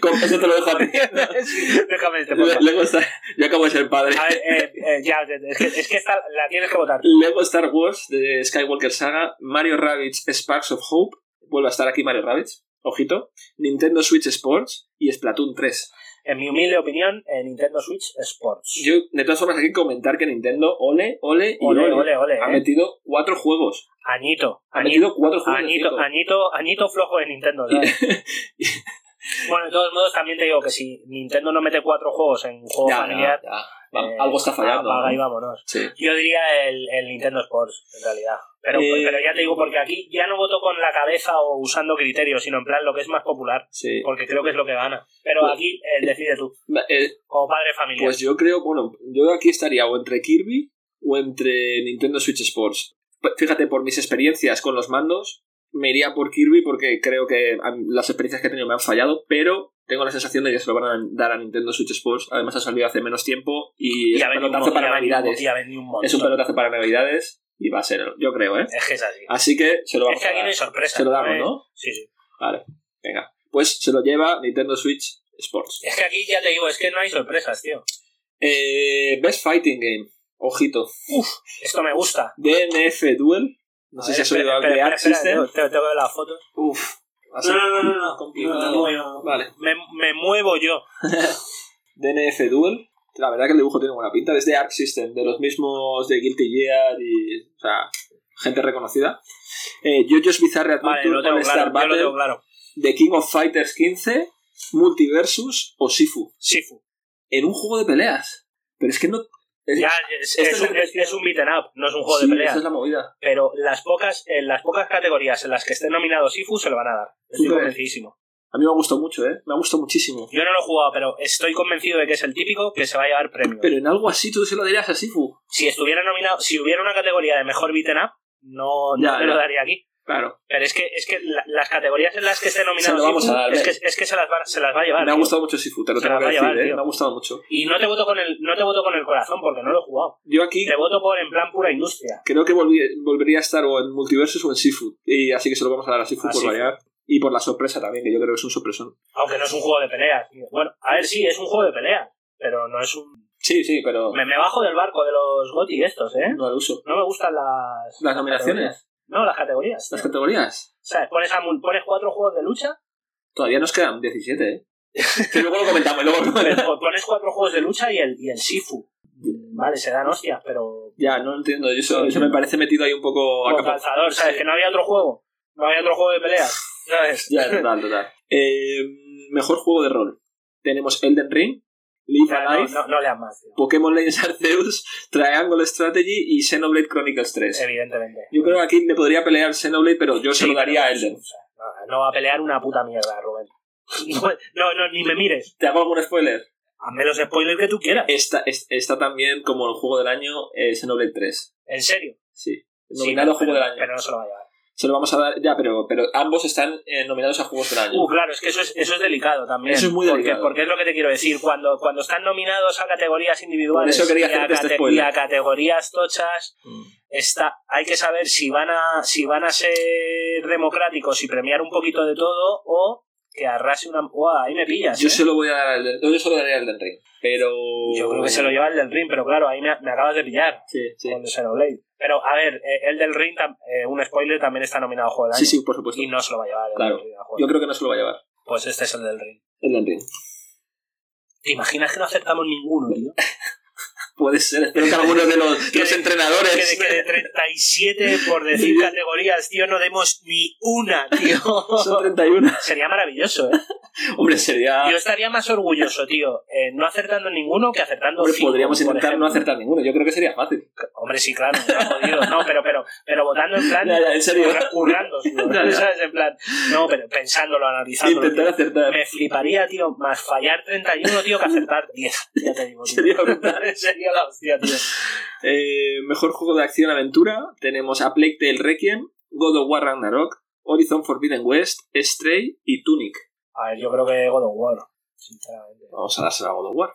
B: Con- eso te lo dejo a ti.
A: Sí, Déjame este por
B: Le-
A: favor.
B: Lego Star... Yo acabo de ser padre.
A: A ver, eh, eh, ya, es que, es que esta la tienes que votar.
B: Lego Star Wars de Skywalker Saga, Mario Rabbids Sparks of Hope, vuelve a estar aquí Mario Rabbids, ojito, Nintendo Switch Sports y Splatoon 3.
A: En mi humilde opinión, eh, Nintendo Switch Sports.
B: Yo, de todas formas, hay que comentar que Nintendo, ole, ole y ole,
A: Ole, ole, ole.
B: ha
A: eh.
B: metido cuatro juegos.
A: Añito.
B: Ha
A: Añito.
B: metido cuatro juegos. de
A: Añito,
B: cinco.
A: añito, añito flojo de Nintendo, ¿sabes? bueno, de todos modos, también te digo que si Nintendo no mete cuatro juegos en un juego
B: Ya,
A: familiar,
B: ya, ya. Va-
A: eh,
B: algo está fallando.
A: Apaga y
B: ¿no?
A: vámonos.
B: Sí.
A: Yo diría el, el Nintendo Sports, en realidad. Pero,
B: Eh,
A: pero ya te digo, porque aquí ya no voto con la cabeza o usando criterios, sino en plan lo que es más popular,
B: sí.
A: porque creo que es lo que gana. Pero
B: Pues-
A: aquí eh, decide tú,
B: Eh,
A: como padre familiar.
B: pues yo creo, bueno, yo aquí estaría o entre Kirby o entre Nintendo Switch Sports. P- Fíjate, por mis experiencias con los mandos, me iría por Kirby porque creo que am, las experiencias que he tenido me han fallado, pero tengo la sensación de que se lo van a dar a Nintendo Switch Sports. Además, ha salido hace menos tiempo y, es
A: Ya
B: un
A: venía un,
B: pelotazo
A: mon-
B: para
A: ya venía un,
B: Navidades.
A: ya venía un montón.
B: Es un pelotazo para Navidades y va a ser, yo creo, ¿eh?
A: Es que es así.
B: Así que se lo vamos
A: Es que
B: a
A: aquí no
B: dar.
A: hay sorpresa.
B: Se lo damos,
A: ¿eh?
B: ¿no?
A: Sí, sí.
B: Vale, venga. Pues se lo lleva Nintendo Switch Sports.
A: Es que aquí ya te digo, es que no hay sorpresas, tío.
B: Eh, Best Fighting Game. Ojito.
A: Esto me gusta.
B: DNF Duel. No sé
A: A
B: si
A: ver,
B: has oído
A: espera,
B: hablar de
A: espera,
B: Arc
A: espera,
B: System.
A: Tengo, tengo que ver las fotos.
B: Uf. Va a
A: No,
B: ser
A: no, no, no, no.
B: complicado.
A: No, no, no.
B: Vale.
A: Me, me muevo yo.
B: DNF Duel. La verdad que el dibujo tiene buena pinta. Es de Arc System, de los mismos de Guilty Gear y. O sea, gente reconocida. Eh, JoJo's Bizarre
A: Vale,
B: Adventure
A: lo tengo
B: All Star
A: claro. Yo lo tengo
B: Battle,
A: claro.
B: The King of Fighters 15, Multiversus o Sifu.
A: Sifu.
B: En un juego de peleas. Pero es que no. es-
A: Ya, es,
B: Esto
A: es
B: es lo
A: un,
B: que
A: es, es un beaten up, no es un juego
B: sí,
A: de pelea.
B: esa es la movida.
A: Pero las pocas, en las pocas categorías en las que esté nominado Sifu se lo van a dar. Estoy
B: Sí,
A: convencidísimo.
B: A mí me gustó mucho, ¿eh? Me gustó muchísimo.
A: Yo no lo he jugado, pero estoy convencido de que es el típico que se va a llevar premio.
B: Pero en algo así tú se lo dirías a Sifu.
A: si estuviera nominado, si hubiera una categoría de mejor beaten up, no, no
B: Ya,
A: te lo
B: ya.
A: daría aquí.
B: Claro.
A: Pero es que, es que la- las categorías en las que esté nominado
B: Se lo vamos
A: Sifu,
B: a dar,
A: es,
B: ven.
A: que, es que se las va, se las va a llevar.
B: me ha
A: tío.
B: gustado mucho Sifu, te lo
A: Se
B: tengo
A: la
B: que
A: va a
B: decir,
A: llevar,
B: ¿eh?
A: tío.
B: Me ha gustado mucho.
A: Y no te voto con el, no te voto con el corazón porque no lo he jugado.
B: Yo aquí
A: Te voto por en plan pura industria.
B: creo que volví- volvería a estar o en Multiversus o en Sifu. Y así que se lo vamos a dar a Sifu
A: A
B: por
A: Sifu.
B: variar. Y por la sorpresa también, que yo creo que es un sorpresón.
A: Aunque no es un juego de peleas. tío. Bueno, a ver, sí, es un juego de peleas. Pero no es un.
B: Sí, sí, pero
A: Me, me bajo del barco de los GOTI estos, ¿eh?
B: no al uso.
A: No me gustan las.
B: Las nominaciones,
A: categorías. No, las categorías. tío.
B: las categorías.
A: O sea, pones, a mul- pones cuatro juegos de lucha.
B: Todavía nos quedan 17, ¿eh? que luego lo comentamos, luego lo comentamos.
A: pero pones cuatro juegos de lucha y el, y el Sifu. Vale, se dan hostias, pero.
B: Ya, no entiendo. Yo eso, eso me parece metido ahí un poco a
A: Por
B: capa-
A: calzador, ¿sabes? Que no había otro juego. No había otro juego de peleas. ¿Sabes?
B: Ya, total, total. Eh, mejor juego de rol. Tenemos Elden Ring,
A: O
B: Live
A: sea,
B: a
A: no,
B: Life,
A: no, no leas más, tío.
B: Pokémon Legends Arceus, Triangle Strategy y Xenoblade Chronicles 3.
A: Evidentemente.
B: Yo creo que aquí le podría pelear Xenoblade, pero yo se
A: Sí,
B: lo daría a
A: pero-
B: Elden.
A: o sea, no, no va a pelear una puta mierda, Rubén. No, no, ni me mires.
B: ¿Te hago algún spoiler?
A: Hazme los spoilers que tú quieras.
B: Está, es- está también como el juego del año eh, Xenoblade 3.
A: En serio.
B: Sí.
A: Sí,
B: Nominado
A: pero-
B: juego del año.
A: Pero no se lo va a llevar.
B: Se lo vamos a dar. Ya, pero, pero ambos están eh, nominados a juegos del año.
A: Uh, claro, es que eso es, eso es delicado también.
B: Eso es muy
A: Porque-
B: delicado.
A: Porque, es lo que te quiero decir. Cuando, cuando están nominados a categorías individuales
B: Por eso quería
A: y, a
B: hacerte este
A: cate-
B: spoiler. Mm.
A: y a categorías tochas, está, hay que saber si van, a, si van a ser democráticos y premiar un poquito de todo o que arrase una... ¡Guau! Ahí me pillas.
B: yo
A: ¿eh?
B: se lo voy a dar a Elden Yo se lo daría a Elden Ring. Pero.
A: Yo creo que se lo lleva el del ring, pero claro, ahí me, me acabas de pillar.
B: Sí, sí.
A: con el Xenoblade. Pero, a ver, eh, el del Ring, tam- eh, un spoiler, también está nominado a Juego del Año.
B: Sí, sí, por supuesto.
A: Y no se lo va a llevar el
B: Claro.
A: del Ring a Juego
B: Yo
A: del
B: creo que no se lo va a llevar.
A: Año. Pues este es el del Ring.
B: Elden Ring.
A: ¿Te imaginas que no acertamos ninguno, tío?
B: Puede ser, espero que algunos de los,
A: Que
B: los
A: de- que,
B: entrenadores.
A: de, que de 37, por decir categorías, tío, no demos ni una, tío.
B: Son Ah. 31.
A: Sería maravilloso, ¿eh?
B: Hombre, sería.
A: Yo estaría más orgulloso, tío, eh, no acertando ninguno que acertando
B: Hombre,
A: cinco,
B: podríamos
A: por
B: intentar
A: ejemplo.
B: no acertar ninguno. Yo creo que sería fácil.
A: Hombre, sí, claro, no, jodido. No, pero, pero, pero votando en plan...
B: Ya, ya, en serio.
A: curra- currando, tío,
B: Ya, ya.
A: ¿sabes? En plan, no, pero pensándolo, analizándolo. tío.
B: Intentar acertar.
A: Me fliparía, tío, más fallar 31, tío, que acertar 10. Ya te digo, tío.
B: Sería brutal.
A: Sería la hostia, tío.
B: Eh, mejor juego de acción-aventura. Tenemos a Plague Tale Requiem, God of War Ragnarok, Horizon Forbidden West, Stray y Tunic.
A: A ver, yo creo que God of War, sinceramente.
B: Vamos a dárselo a God of War.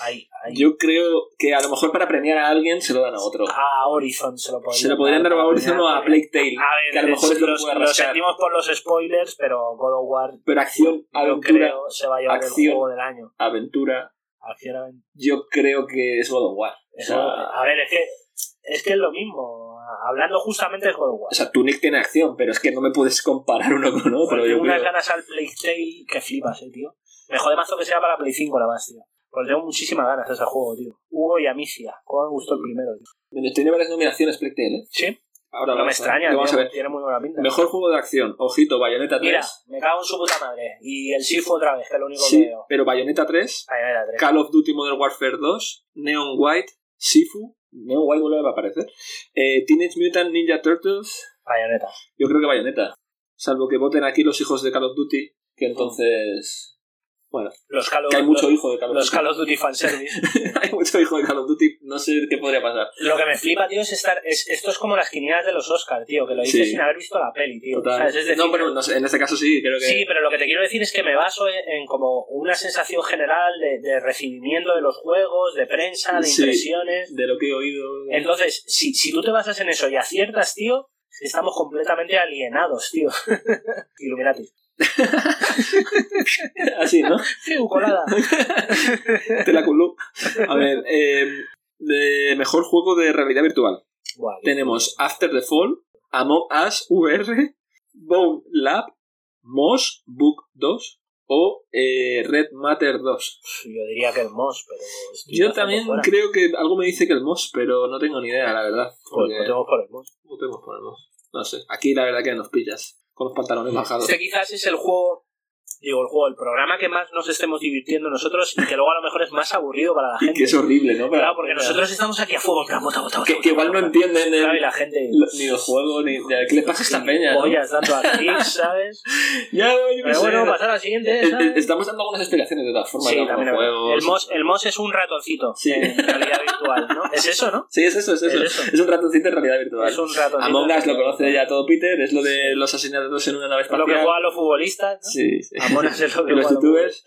A: Ahí, ahí.
B: Yo creo que a lo mejor para premiar a alguien se lo dan a otro.
A: A Horizon se lo podrían
B: Se lo podrían dar a Horizon o a Plague Tale.
A: A ver,
B: que a lo mejor es lo que
A: los-
B: pueda
A: lo
B: rascar.
A: sentimos por los spoilers, pero God of War,
B: Pero acción,
A: yo
B: aventura,
A: creo, se va a llevar
B: acción.
A: el juego del año.
B: aventura.
A: Acción,
B: Yo creo que es God of War. O
A: Eso,
B: sea,
A: a ver, es que es que es lo mismo. Hablando justamente de God of War.
B: o sea, Tunic tiene acción, pero es que no me puedes comparar uno con
A: Joder,
B: otro.
A: tengo
B: Yo
A: unas
B: creo.
A: ganas al Playtale que flipas, eh, tío. Me jode mazo que sea para Play 5 la más, tío. Porque tengo muchísimas ganas de ese juego, tío. Hugo y Amicia. ¿Cómo me gustó el primero, tío?
B: Bueno, Tiene varias nominaciones Plague Tale, ¿eh?
A: Sí, no
B: Ahora
A: me
B: vamos a-
A: extraña,
B: lo vamos
A: tío,
B: a ver.
A: Tiene muy buena pinta.
B: Mejor juego de acción. Ojito, Bayonetta 3.
A: Mira, me cago en su puta madre. Y el Sifu otra vez, que es lo único que
B: sí,
A: veo.
B: pero Bayonetta 3,
A: Ahí me da tres.
B: Call of Duty Modern Warfare 2, Neon White, Sifu. Neon White vuelve a aparecer. eh, Teenage Mutant Ninja Turtles.
A: Bayoneta.
B: Yo creo que Bayonetta. Salvo que voten aquí los hijos de Call of Duty, que entonces. Bueno,
A: Los Call of,
B: que hay mucho hijo de Call of
A: los
B: Duty.
A: Call of Duty fan service.
B: hay mucho hijo de Call of Duty, no sé qué podría pasar.
A: Lo que me flipa, tío, es estar. es- esto es como las quinielas de los Oscars, tío, que lo dices
B: Sí.
A: sin haber visto la peli, tío.
B: Total.
A: ¿Sabes? Es decir,
B: no, pero no sé, en este caso sí, creo que.
A: Sí, pero lo que te quiero decir es que me baso en, en como una sensación general de, de recibimiento de los juegos, de prensa, de
B: Sí.
A: impresiones.
B: De lo que he oído.
A: Entonces, si, si tú te basas en eso y aciertas, tío, estamos completamente alienados, tío. Illuminati.
B: Así, ¿no?
A: Fiu, colada.
B: Te la culú. A ver, eh, de mejor juego de realidad virtual.
A: Guau, tío.
B: Tenemos After the Fall, Among Us VR, Bone Lab, Moss Book 2 o eh, Red Matter 2.
A: Yo diría que el Moss, pero. estoy
B: Yo
A: bastante
B: también
A: fuera.
B: creo que algo me dice que el Moss, pero no tengo ni idea, la verdad.
A: Pues
B: Porque
A: votemos por el Moss.
B: votemos por el Moss. No sé, aquí la verdad que nos pillas con los pantalones bajados.
A: Este quizás es el juego, digo, el juego, el programa que más nos estemos divirtiendo nosotros y que luego a lo mejor es más aburrido para la
B: Y
A: gente.
B: que es horrible, ¿no? Para-
A: Claro, porque nosotros estamos aquí a fuego, en plan, bota, bota, bota,
B: Que, que igual no
A: bota, bota.
B: entienden el-
A: Claro, y la gente.
B: lo- ni los juegos, ni. ¿Qué les pasa a esta peña? no?
A: Ollas dando a clics, ¿sabes?
B: Ya, yo qué
A: Pero
B: sé.
A: bueno, pasar al siguiente,
B: Es- es-
A: ¿sabes?
B: Estamos dando algunas explicaciones de todas formas.
A: Sí,
B: de
A: también
B: algunos
A: es verdad.
B: juegos.
A: el MOS, el eh, MOS es un ratoncito
B: Sí.
A: en realidad virtual, ¿no? Es eso, ¿no?
B: Sí, es eso, es eso.
A: Es
B: Es,
A: eso.
B: un ratoncito en realidad virtual.
A: Es un ratoncito.
B: Among Us lo conoce ya todo Peter, es lo de los asesinatos en una nave
A: Lo
B: espacial.
A: que juegan los futbolistas, ¿no?
B: Sí, sí.
A: Among Us es lo que
B: Y los
A: juegan
B: youtubers.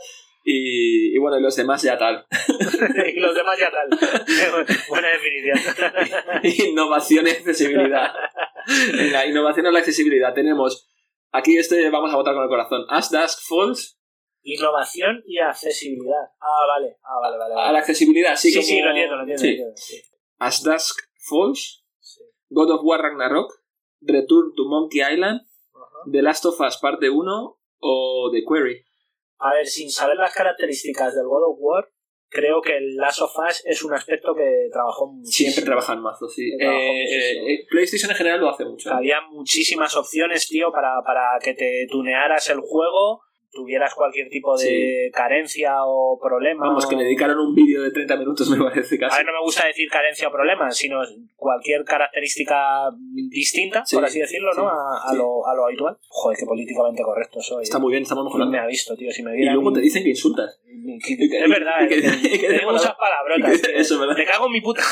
B: Y, y bueno, y los demás ya tal.
A: Y los demás ya tal. Buena definición.
B: innovación y accesibilidad. En la innovación o la accesibilidad tenemos. Aquí este vamos a votar con el corazón. As Dusk Falls.
A: Innovación y accesibilidad. Ah, vale. Ah, vale, vale. vale.
B: A la accesibilidad, sí,
A: sí,
B: como-
A: sí, lo entiendo, lo entiendo.
B: Sí.
A: lo entiendo, sí.
B: As Dusk Falls,
A: Sí.
B: God of War Ragnarok, Return to Monkey Island,
A: Ajá.
B: The Last of Us Parte 1 o The Query.
A: A ver, sin saber las características del God of War, creo que el Last of Us es un aspecto que trabajó muchísimo.
B: Siempre trabajan mazo, sí.
A: He
B: Eh,
A: trabajado
B: eh,
A: muchísimo.
B: eh, PlayStation en general lo hace mucho.
A: Había muchísimas opciones, tío, para, para que te tunearas el juego, tuvieras cualquier tipo de carencia o problema.
B: Vamos, que
A: o-
B: le dedicaron un vídeo de 30 minutos, me parece
A: A
B: casi.
A: ver, no me gusta decir carencia o problema, sino cualquier característica distinta,
B: Sí,
A: por así decirlo, ¿no?
B: sí,
A: a, a
B: sí.
A: lo, a lo habitual. Joder, qué políticamente correcto soy.
B: Está
A: ¿eh?
B: muy bien, estamos
A: ¿Quién me
B: mejorando.
A: ha visto, tío? Si me
B: Y
A: viera
B: luego
A: mi-
B: te dicen que insultas.
A: mi-
B: y que-
A: es verdad,
B: y que-
A: eh,
B: y que-
A: tengo muchas palabrotas.
B: y que-
A: tío.
B: eso, ¿verdad?
A: Me cago en mi puta.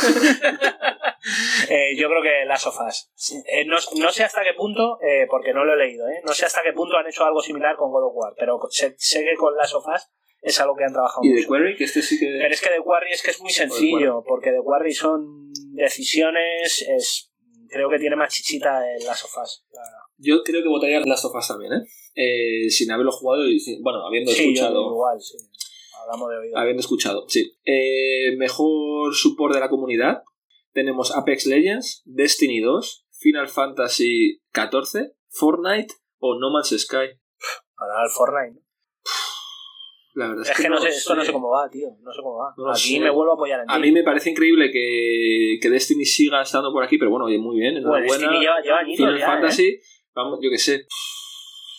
A: Eh, yo creo que las sofás. Eh, no, no sé hasta qué punto, eh, porque no lo he leído, ¿eh? no sé hasta qué punto han hecho algo similar con God of War, pero sé, sé que con las sofás es algo que han trabajado
B: Y The
A: mucho.
B: Query, que este sí que.
A: Pero es que The Quarry es que es muy
B: pues,
A: sencillo, porque The Quarry son decisiones, es creo que tiene más chichita en las sofás.
B: Yo creo que votaría Last of Us también, ¿eh? Eh, Sin haberlo jugado y. sin- Bueno, habiendo
A: Sí, yo
B: escuchado.
A: igual, sí. Hablamos de oído.
B: Habiendo escuchado, sí. Eh, mejor support de la comunidad. Tenemos Apex Legends, Destiny 2, Final Fantasy XIV, Fortnite o No Man's Sky.
A: Ahora al Fortnite. ¿no?
B: La verdad es,
A: Es que no sé, esto no
B: sé.
A: sé cómo va, tío. No sé cómo va.
B: No lo
A: Aquí
B: sé.
A: me vuelvo a apoyar en ti.
B: A mí me parece increíble que, que Destiny siga estando por aquí, pero bueno, oye, muy bien.
A: Bueno,
B: Enhorabuena.
A: Steam lleva, lleva añitos
B: Final
A: ya, ¿eh?
B: Fantasy, vamos, yo qué sé.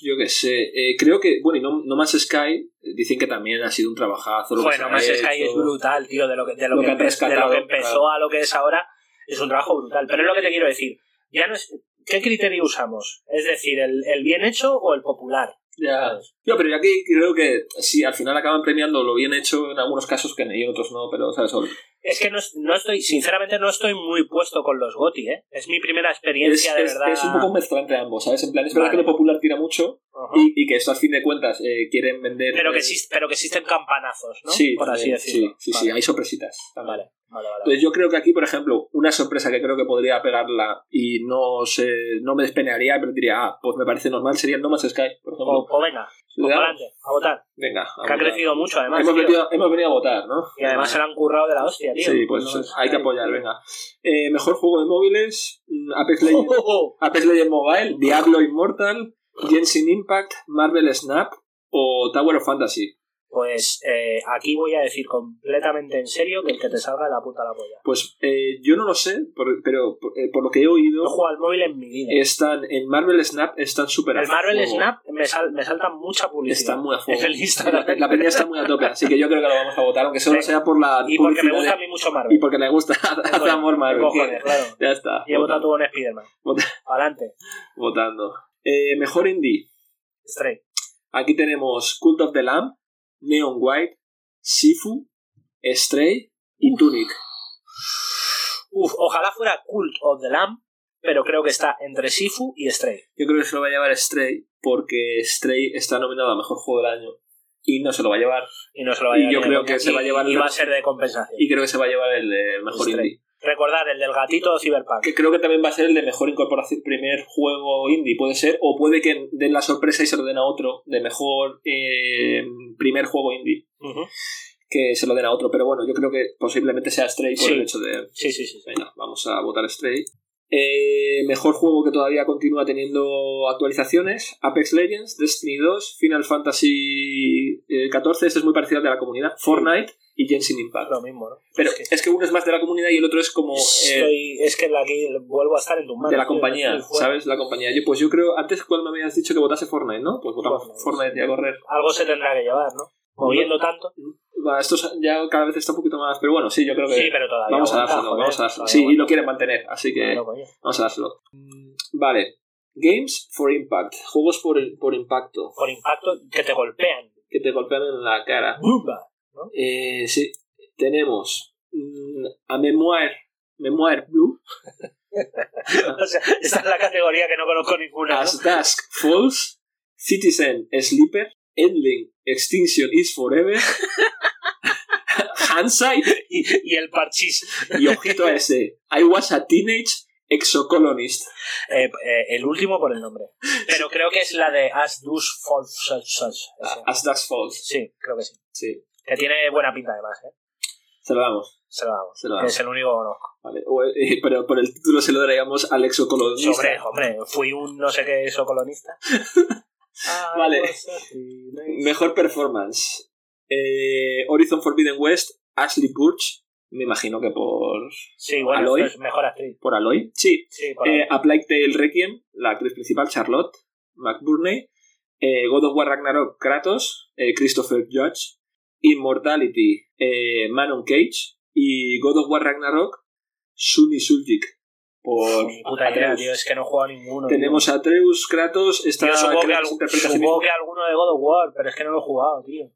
B: Yo qué sé. Eh, creo que, bueno, y no, No Man's Sky, dky, dicen que también ha sido un trabajazo. Lo que se
A: Bueno,
B: ha
A: Man's
B: hecho.
A: Sky es brutal, tío, de lo que, de lo
B: Lo
A: que,
B: que han
A: empe- de
B: rescatado,
A: lo que empezó
B: claro.
A: a lo que es ahora, es un trabajo brutal. Pero es lo que te quiero decir. Ya no es, ¿Qué criterio usamos? Es decir, ¿el, el bien hecho o el popular?
B: Ya. Yo, pero yo aquí creo que sí, al final acaban premiando lo bien hecho en algunos casos que y en otros no, pero, ¿sabes? O-
A: Es que no, es- no estoy, sinceramente, no estoy muy puesto con los GOTI, ¿eh? Es mi primera
B: Es,
A: experiencia, de
B: es-
A: verdad.
B: es un poco mezclante ambos, ¿sabes? En plan, es verdad
A: Vale.
B: que lo popular tira mucho
A: Ajá.
B: y, y que esto, al fin de cuentas, eh, quieren vender.
A: pero, que
B: eh,
A: exist- pero que existen campanazos, ¿no?
B: Sí,
A: Por así
B: también,
A: decirlo.
B: Sí, sí, sí, Pues,
A: vale.
B: hay sorpresitas. también.
A: Vale, vale, vale.
B: Entonces yo creo que aquí, por ejemplo, una sorpresa que creo que podría pegarla y no se, no me despenearía, pero diría, ah, pues me parece normal, sería el No Man's Sky, por ejemplo.
A: o, o venga,
B: Le damos-
A: adelante, a votar.
B: Venga, a
A: Oh, Que ha
B: votar.
A: crecido mucho, además.
B: hemos,
A: tío.
B: venido, hemos venido a votar, ¿no?
A: Y además se la han currado de la hostia, tío.
B: Sí, pues
A: No es-
B: hay que apoyar, venga. Eh, mejor juego de móviles, mm, Apex Legends,
A: Oh, oh, oh.
B: Apex Legends Mobile, Diablo Immortal, Genshin Impact, Marvel Snap o Tower of Fantasy.
A: Pues eh, aquí voy a decir completamente en serio que el que te salga de la puta la polla.
B: Pues eh, yo no lo sé, por- pero por, eh, por lo que he oído,
A: No juego al móvil en mi vida.
B: están, en Marvel Snap están súper a
A: el Marvel
B: fuego.
A: Snap me, sal- me salta mucha publicidad.
B: Está muy a fuego.
A: En el Instagram.
B: La, la peña está muy a tope, así que yo creo que lo vamos a votar, aunque solo
A: Sí.
B: sea por la
A: Y porque me
B: publicidad
A: gusta a
B: de-
A: mí mucho
B: Y
A: Marvel.
B: porque le gusta
A: Bueno,
B: hace amor Marvel.
A: cojones, claro.
B: Ya está.
A: Y he votado
B: votando.
A: todo en Spider-Man.
B: Vota-
A: Adelante.
B: votando. Eh, mejor indie.
A: Stray.
B: Aquí tenemos Cult of the Lamb, Neon White, Sifu, Stray y Tunic.
A: Uf, ojalá fuera Cult of the Lamb, pero creo que está entre Sifu y Stray.
B: Yo creo que se lo va a llevar Stray porque Stray está nominado a Mejor Juego del Año y no se lo va a llevar.
A: Y no se lo va a
B: Y
A: llevar.
B: yo
A: ni
B: creo
A: coña.
B: que se va a llevar
A: Y
B: el-
A: va a ser de compensación.
B: Y creo que se va a llevar el de Mejor
A: Stray.
B: Indie.
A: Recordar el del gatito Cyberpunk.
B: Que creo que también va a ser el de Mejor Incorporación, primer juego indie, puede ser. O puede que den la sorpresa y se lo den a otro de Mejor eh, primer juego indie.
A: Ujú.
B: Que se lo den a otro. Pero bueno, yo creo que posiblemente sea Stray por
A: Sí.
B: el hecho de...
A: Sí, sí, sí. sí.
B: Venga, vamos a votar Stray. Eh, mejor juego que todavía continúa teniendo actualizaciones: Apex Legends, Destiny 2, Final Fantasy eh, 14. Este es muy parecido al de la comunidad. Fortnite y Genshin Impact.
A: Lo mismo, ¿no?
B: Pero
A: es que,
B: es que uno es más de la comunidad y el otro es como eh,
A: estoy- es que la- aquí vuelvo a estar en tu mano.
B: de la
A: tío.
B: compañía,
A: El juego.
B: ¿sabes? La compañía. Yo, pues yo creo, antes cuando me habías dicho que votase Fortnite, ¿no? Pues votamos
A: Fortnite,
B: Fortnite y a correr.
A: Algo se tendrá que llevar, ¿no? Moviendo tanto.
B: Va, Esto es- ya cada vez está un poquito más, pero bueno, sí, yo creo que
A: Sí, pero todavía.
B: vamos a
A: aguanta,
B: dárselo,
A: joder,
B: vamos a dárselo.
A: todavía
B: Sí, y
A: aguanta.
B: lo quieren mantener, así que.
A: Claro, coño.
B: Vamos a dárselo. Vale. Games for Impact. Juegos por, por impacto.
A: Por impacto, que te golpean.
B: Que te golpean en la cara.
A: ¡Bumba!
B: Eh, sí. Tenemos mm, a Memoir. Memoir Blue.
A: O sea, esta es la categoría que no conozco ninguna. ¿no?
B: As Dusk Falls. Citizen Sleeper. Endling Extinction is Forever. Hindsight.
A: Y, y el parchís.
B: Y ojito a ese. I was a teenage exocolonist.
A: Eh, eh, el último por el nombre. Pero creo que es la de As Dus Falls.
B: As Dusk Falls.
A: Sí, creo que sí.
B: Sí.
A: Que tiene buena pinta además, ¿eh?
B: Se lo damos.
A: Se lo damos.
B: Se lo
A: Que
B: damos.
A: es el único que conozco.
B: Vale. O, eh, pero por el título se lo daríamos al exocolonista.
A: Sobre, hombre, fui un no sé qué socolonista. Ah,
B: Vale.
A: pues, así, ¿no?
B: Mejor performance. Eh, Horizon Forbidden West, Ashley Burch, me imagino que por,
A: Sí, bueno,
B: ¿Aloy?
A: esto es mejor actriz.
B: por Aloy. Sí.
A: Sí, por
B: Eh, A Plague Tale Requiem, la actriz principal, Charlotte McBurney. Eh, God of War Ragnarok, Kratos, eh, Christopher Judge. Immortality, eh, Manon Cage. Y God of War Ragnarok, Sunny Suljik. Por
A: mi puta idea,
B: Atreus.
A: tío. Es que no he jugado a ninguno. tío.
B: Tenemos a Atreus, Kratos, está
A: Yo supongo, que,
B: creo que
A: algu-
B: se interpreta a sí
A: supongo
B: mismo.
A: que alguno de God of War, pero es que no lo he jugado, tío.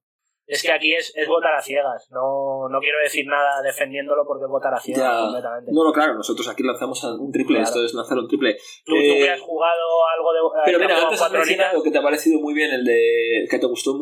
A: Es que aquí es, es votar a ciegas. No, no quiero decir nada defendiéndolo porque es votar a ciegas
B: Ya.
A: completamente.
B: No, no, claro, nosotros aquí lanzamos a un triple,
A: Claro.
B: esto es lanzar un triple.
A: ¿Tú, tú
B: Eh,
A: que has jugado algo de.
B: Pero
A: que has
B: mira,
A: jugado
B: antes has
A: cuatro
B: mencionado
A: horitas?
B: que te ha parecido muy bien el de. que te gustó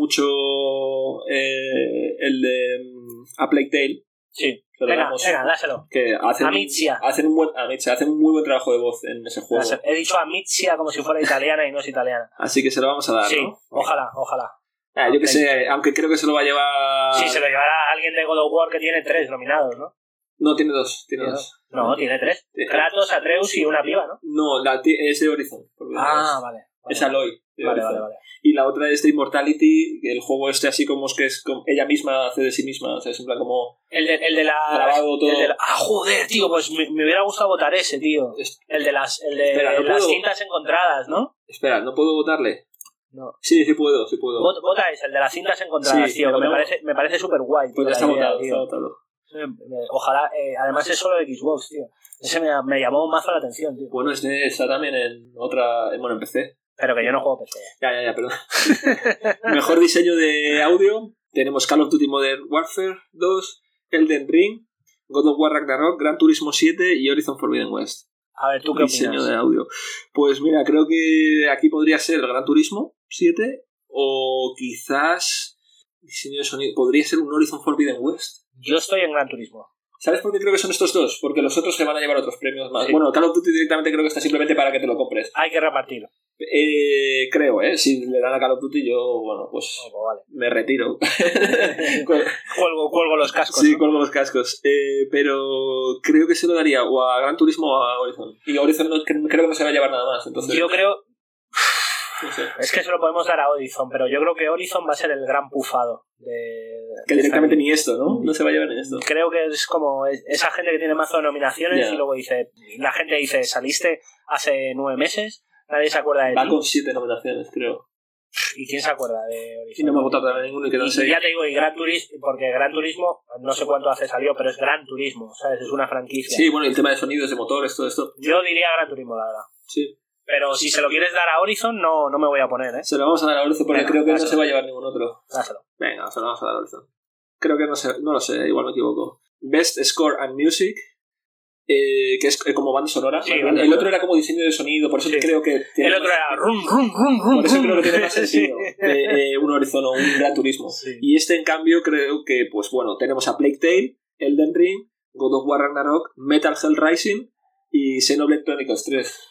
B: mucho eh, el de mm, A Plague Tale.
A: Sí.
B: Se lo
A: Venga,
B: damos.
A: venga, dáselo.
B: Que hacen,
A: Amizia.
B: Hacen un buen, Amizia, hacen un muy buen trabajo de voz en ese juego.
A: Dáselo. He dicho Amizia como si fuera italiana y no es italiana.
B: Así que se lo vamos a dar.
A: sí,
B: ¿no?
A: ojalá, ojalá.
B: Ah, yo que
A: Ok.
B: sé, aunque creo que se lo va a llevar.
A: Sí, se lo llevará alguien de God of War que tiene tres nominados, ¿no?
B: No, tiene dos. Tiene
A: Tiene
B: dos.
A: No, tiene tres.
B: Mm. Tiene-
A: Kratos, Atreus y una piba, ¿no?
B: No, la ti- es de Horizon. por primera
A: Ah,
B: vez.
A: vale. vale.
B: Es Aloy. de
A: Vale,
B: Horizon.
A: vale, vale.
B: Y la otra es de Immortality, el juego este así como es que es como- ella misma hace de sí misma, o sea, es en plan como
A: El de, el de la.
B: grabado todo.
A: El de la- Ah, joder, tío, pues me, me hubiera gustado votar ese, tío.
B: Es-
A: El de las, el de
B: Espera, no
A: las
B: puedo.
A: cintas encontradas, ¿no?
B: Espera, ¿no puedo votarle?
A: No.
B: Sí, sí puedo, sí puedo.
A: Vot- Vota ese, el de las cintas encontradas,
B: Sí,
A: tío, que me
B: pero-
A: parece, me parece súper guay.
B: pues ya está votado,
A: tío.
B: está votado.
A: Eh, Ojalá, eh, además es solo de Xbox, tío. Ese me, me llamó mazo la atención, tío.
B: Bueno, este está también en otra, en- bueno, en PC.
A: Pero que yo no juego PC.
B: Ya, ya, ya, perdón. Mejor diseño de audio, tenemos Call of Duty Modern Warfare 2, Elden Ring, God of War Ragnarok, Gran Turismo 7 y Horizon Forbidden West.
A: A ver, ¿tú qué
B: diseño
A: opinas?
B: de audio. Pues mira, creo que aquí podría ser el Gran Turismo 7 o quizás diseño de sonido. Podría ser un Horizon Forbidden West.
A: Yo estoy en Gran Turismo.
B: ¿Sabes por qué creo que son estos dos? Porque los otros se van a llevar otros premios más.
A: Sí.
B: Bueno, Call of Duty directamente creo que está simplemente para que te lo compres.
A: Hay que repartir.
B: Eh, creo, ¿eh? Si le dan a Call of Duty yo, bueno, pues
A: Oh, pues
B: me retiro.
A: vale. cuelgo, cuelgo los cascos.
B: sí,
A: ¿no?
B: colgo los cascos. Eh, pero creo que se lo daría o a Gran Turismo o a Horizon. Y Horizon no- creo que no se va a llevar nada más. Entonces,
A: Yo creo,
B: no sé.
A: es que se lo podemos dar a Horizon, pero yo creo que Horizon va a ser el gran pufado de. de esta
B: Que directamente ni esto, ¿no? No se va a llevar ni esto.
A: creo que es como es- esa gente que tiene mazo de nominaciones
B: Ya.
A: y luego dice, la gente dice, saliste hace nueve meses, nadie se acuerda de
B: Va
A: ti.
B: con siete nominaciones, creo.
A: ¿Y quién se acuerda de Horizon?
B: Y no me ha votado también ninguno y
A: Y-
B: quedan
A: y
B: seis.
A: ya te digo, y Gran Turismo, porque Gran Turismo, no sé cuánto hace salió, pero es Gran Turismo, ¿sabes? Es una franquicia.
B: Sí, bueno, y el tema de sonidos, de motores, todo esto.
A: Yo diría Gran Turismo, la verdad.
B: Sí.
A: Pero si se lo quieres dar a Horizon, no, no me voy a poner, ¿eh?
B: Se lo vamos a dar a Horizon porque
A: Venga,
B: creo que no
A: dáselo.
B: se va a llevar ningún otro.
A: Dáselo.
B: Venga, se lo vamos a dar a Horizon. Creo que no sé, no lo sé, igual me equivoco. Best Score and Music, eh, que es eh, como banda sonora.
A: Sí,
B: el,
A: banda
B: el
A: sonora.
B: otro era como diseño de sonido, por eso
A: Sí.
B: creo que tiene
A: El otro
B: más-
A: era rum, rum, rum, rum.
B: Por eso creo que
A: rum.
B: tiene más sentido
A: Sí.
B: eh, eh, un Horizon o un Gran Turismo.
A: Sí.
B: Y este, en cambio, creo que, pues bueno, tenemos a Plague Tale, Elden Ring, God of War Ragnarok, Metal Hell Rising y Xenoblade Chronicles 3.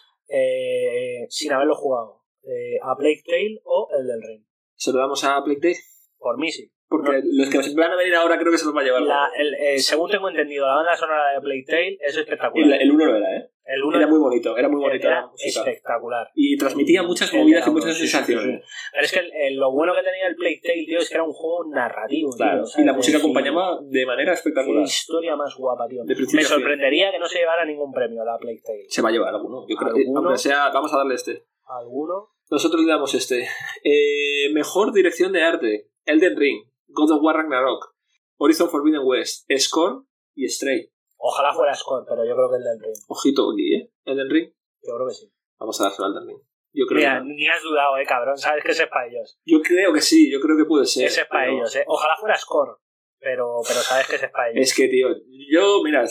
A: Eh, sin haberlo jugado. Eh, a Plague Tale o el del Ring.
B: Se lo damos a Plague Tale,
A: Por mí sí.
B: porque los que van a venir ahora creo que se los va a llevar.
A: La- el- eh, según tengo entendido, la banda sonora de Plague Tale es
B: Y la-
A: espectacular.
B: el 1 lo era, ¿eh?
A: El uno
B: Era muy bonito, era muy bonito.
A: era espectacular.
B: Y transmitía muchas
A: El
B: movidas y
A: de la
B: muchas
A: uno, sí, sí,
B: sensaciones.
A: Pero es que el- el- lo bueno que tenía el Plague Tale, tío, es que era un juego narrativo. tío,
B: Claro, y
A: ¿sabes?
B: la música
A: Es decir,
B: acompañaba de manera
A: Qué
B: espectacular.
A: historia más guapa, tío.
B: De principio
A: Me
B: a fin.
A: sorprendería que no se llevara ningún premio la Plague Tale.
B: Se va a llevar alguno, yo creo.
A: ¿Alguno?
B: Aunque sea, vamos a darle este.
A: ¿Alguno?
B: Nosotros le damos este. Eh, mejor dirección de arte. Elden Ring, God of War Ragnarok, Horizon Forbidden West, Scorn y Stray.
A: Ojalá fuera Score, pero yo creo que el del Ring.
B: Ojito aquí, ¿eh? Elden Ring.
A: Yo creo que sí.
B: Vamos a dárselo a Elden Ring. Yo creo,
A: Mira,
B: que,
A: ni has dudado, eh, cabrón. Sabes que ese es para ellos.
B: yo creo que sí, yo creo que puede ser.
A: ese es para
B: pero-
A: ellos, eh. Ojalá fuera Score, pero, pero sabes que ese es para ellos.
B: Es que, tío, yo, mira,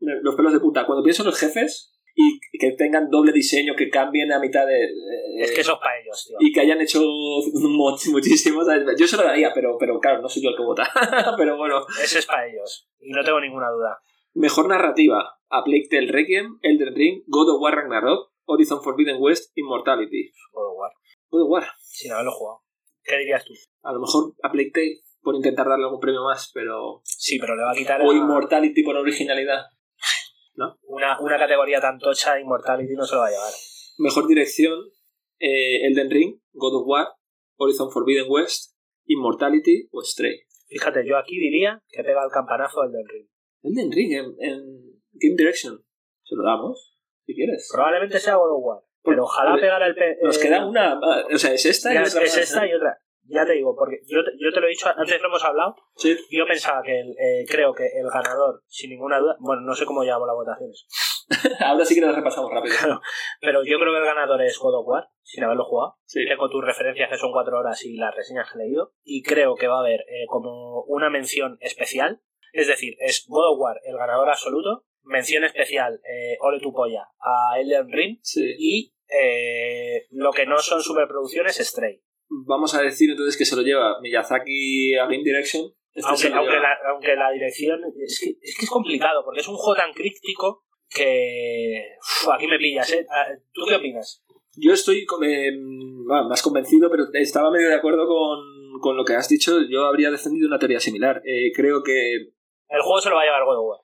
B: los pelos de puta. Cuando pienso en los jefes y que tengan doble diseño, que cambien a mitad de. eh,
A: Es que eso es para ellos, tío.
B: Y que hayan hecho mo- muchísimos. Yo se lo daría, pero, pero claro, no soy yo el que vota. pero bueno.
A: Ese es para ellos. Y no tengo ninguna duda.
B: Mejor narrativa: A Plague Tale Requiem, Elden Ring, God of War Ragnarok, Horizon Forbidden West, Immortality.
A: God of War.
B: God of War.
A: Sin haberlo jugado. ¿Qué dirías tú?
B: A lo mejor A Plague Tale por intentar darle algún premio más, pero.
A: Sí, pero le va a quitar
B: O
A: a-
B: Immortality por originalidad.
A: una, una categoría tan tocha, Immortality no se lo va a llevar.
B: Mejor dirección: eh, Elden Ring, God of War, Horizon Forbidden West, Immortality o Stray.
A: Fíjate, yo aquí diría que pega el campanazo del del Ring.
B: Elden Ring en, en Game Direction. Se lo damos, si quieres.
A: Probablemente sea God of War.
B: Por-
A: Pero ojalá
B: por-
A: pegara el... pe-
B: Pues, Nos
A: eh,
B: queda una. ah, O sea, es esta y
A: ya,
B: otra
A: es
B: más,
A: esta
B: ¿eh?
A: y otra. Ya te digo, porque yo, te- yo te lo he dicho, antes lo hemos hablado,
B: Sí.
A: yo pensaba que, el, eh, creo que el ganador, sin ninguna duda, bueno, no sé cómo llamamos las votaciones,
B: Ahora sí que las repasamos rápido.
A: pero yo creo que el ganador es God of War, sin haberlo jugado.
B: Sí.
A: Tengo tus referencias que son cuatro horas y las reseñas que he leído. Y creo que va a haber eh, como una mención especial. Es decir, es God of War el ganador absoluto. Mención especial, eh, Ole tu polla, a Elden Ring.
B: sí.
A: Y eh, lo que no son superproducciones, Stray.
B: Vamos a decir entonces que se lo lleva Miyazaki a Game Direction. Este se
A: Aunque,
B: lo
A: aunque,
B: lleva.
A: la, aunque la dirección. Es que, es que es complicado, porque es un juego tan críptico que. Uf, aquí me pillas, ¿eh? Ah, ¿Tú qué opinas?
B: Yo estoy con- eh, va, más convencido, pero estaba medio de acuerdo con, con lo que has dicho. Yo habría defendido una teoría similar. Eh, creo que.
A: El juego se lo va a llevar God of War.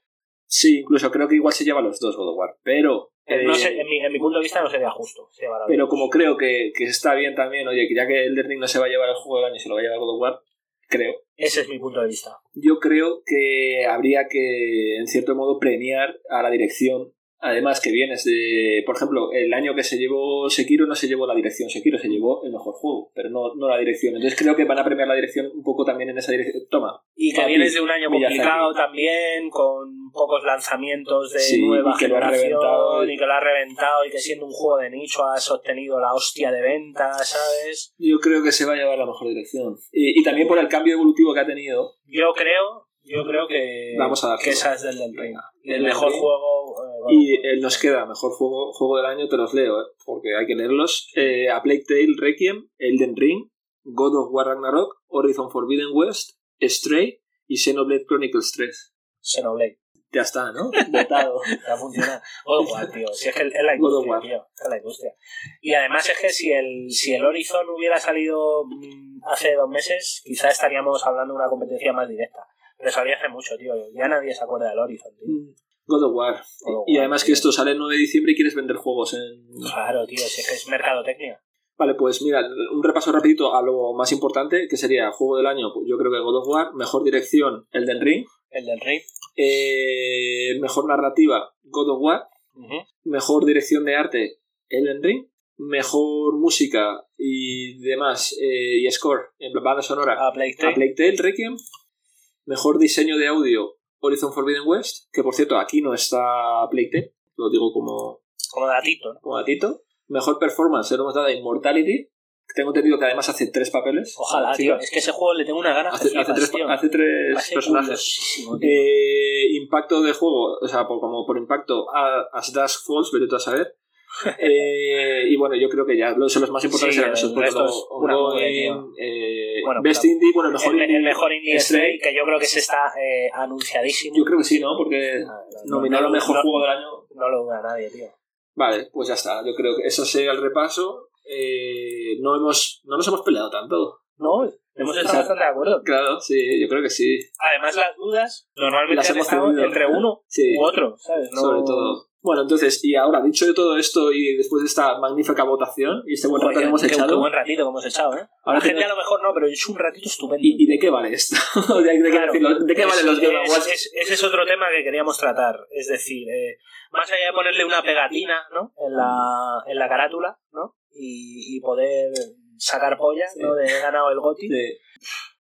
B: Sí, incluso creo que igual se lleva los dos God of War. Pero.
A: No
B: eh,
A: sé, en, mi, en mi punto de vista no sería justo. se llevará
B: Pero como creo que, que está bien también, oye, que ya que el Ring no se va a llevar el juego del año, se lo va a llevar God of War, creo.
A: Ese es mi punto de vista.
B: Yo creo que habría que, en cierto modo, premiar a la dirección. Además, que vienes de. Por ejemplo, el año que se llevó Sekiro no se llevó la dirección. Sekiro se llevó el mejor juego, pero no, no la dirección. Entonces creo que van a premiar la dirección un poco también en esa dirección. Toma.
A: Y que
B: Papi,
A: vienes de un año
B: Miyazaki.
A: complicado también, con pocos lanzamientos de
B: Sí,
A: nueva
B: y que lo ha
A: generación,
B: reventado.
A: y que lo ha reventado, y que siendo un juego de nicho has obtenido la hostia de venta, ¿sabes?
B: Yo creo que se va a llevar la mejor dirección. Y, y también por el cambio evolutivo que ha tenido.
A: Yo creo, yo creo que,
B: Vamos a dárselo.
A: que esa es del Elden Ring.
B: Venga.
A: El
B: Elden
A: mejor
B: Ring.
A: juego... eh, bueno,
B: Y eh, nos queda mejor juego, juego del año, te los leo, ¿eh? porque hay que leerlos. Eh, a Plague Tale Requiem, Elden Ring, God of War Ragnarok, Horizon Forbidden West, Stray y Xenoblade Chronicles 3.
A: Xenoblade.
B: Ya está, ¿no? Votado.
A: Ya funciona. God of War, tío. Si es que es la
B: God of
A: industria,
B: War.
A: tío. Es la industria. Y además es que si el, si el Horizon hubiera salido mm, hace dos meses, quizá estaríamos hablando de una competencia más directa. Pero sabía hace mucho, tío. Ya nadie se acuerda del Horizon, tío.
B: God of War.
A: God of
B: Y
A: War,
B: además
A: tío.
B: que esto sale el 9 de diciembre y quieres vender juegos en...
A: Claro, tío. Si es que es mercadotecnia.
B: Vale, pues mira, un repaso rapidito a lo más importante, que sería juego del año, pues yo creo que God of War, mejor dirección, Elden Ring,
A: El del Ring.
B: eh, mejor narrativa, God of War,
A: Ujú.
B: mejor dirección de arte Elden Ring, mejor música y demás eh, y score en banda sonora
A: A PlayStation.
B: a Plague Tale Requiem, mejor diseño de audio Horizon Forbidden West, que por cierto aquí no está Plague Tale, lo digo como,
A: Como datito, ¿no?
B: como datito, Mejor performance, hemos dado a Immortality. Tengo entendido que además hace tres papeles.
A: Ojalá,
B: La
A: tío.
B: chica.
A: Es que ese juego le tengo una gana.
B: Hace, hace tres, hace tres personajes. Eh, impacto de juego, o sea, por, como por impacto, a- As Dash Falls, vete tú a saber. Eh, y bueno, yo creo que ya los, son los más importantes
A: Sí,
B: eran esos
A: el
B: porque
A: resto
B: no-
A: es una
B: Ongoing,
A: movida,
B: eh,
A: Bueno,
B: Best
A: pero-
B: Indie, bueno, el mejor
A: el,
B: indie.
A: el mejor indie Stray,
B: Stray.
A: que yo creo que se está eh, anunciadísimo.
B: Yo creo que sí, ¿no? Porque
A: Ah, no,
B: nominado
A: no,
B: al mejor
A: no,
B: juego del año.
A: No lo duda nadie, tío.
B: Vale, pues ya está. Yo creo que eso sería el repaso. Eh, no, hemos, no nos hemos peleado tanto.
A: No, hemos
B: O
A: estado
B: sea,
A: bastante de acuerdo.
B: Claro, sí, yo creo que sí.
A: Además, las dudas normalmente
B: Las
A: han
B: hemos
A: estado
B: tenido.
A: entre uno
B: Sí.
A: u otro, ¿sabes? No-
B: sobre todo. Bueno, entonces, y ahora, dicho de todo esto y después de esta magnífica votación y este buen rato
A: Joder,
B: que hemos
A: qué- qué
B: echado,
A: buen ratito que hemos echado, ¿eh?
B: Ahora
A: la gente
B: tenemos-
A: a lo mejor no, pero es un ratito estupendo.
B: ¿y, y de qué vale esto? ¿De, de qué-
A: Claro,
B: ¿de qué
A: es-
B: valen los Game
A: es-
B: Awards?
A: es- Ese es otro tema que queríamos tratar. Es decir, eh, más allá de ponerle una pegatina ¿no? en, la, en la carátula ¿no? y, y poder sacar polla
B: Sí.
A: ¿no? de he ganado el GOTI,
B: Sí.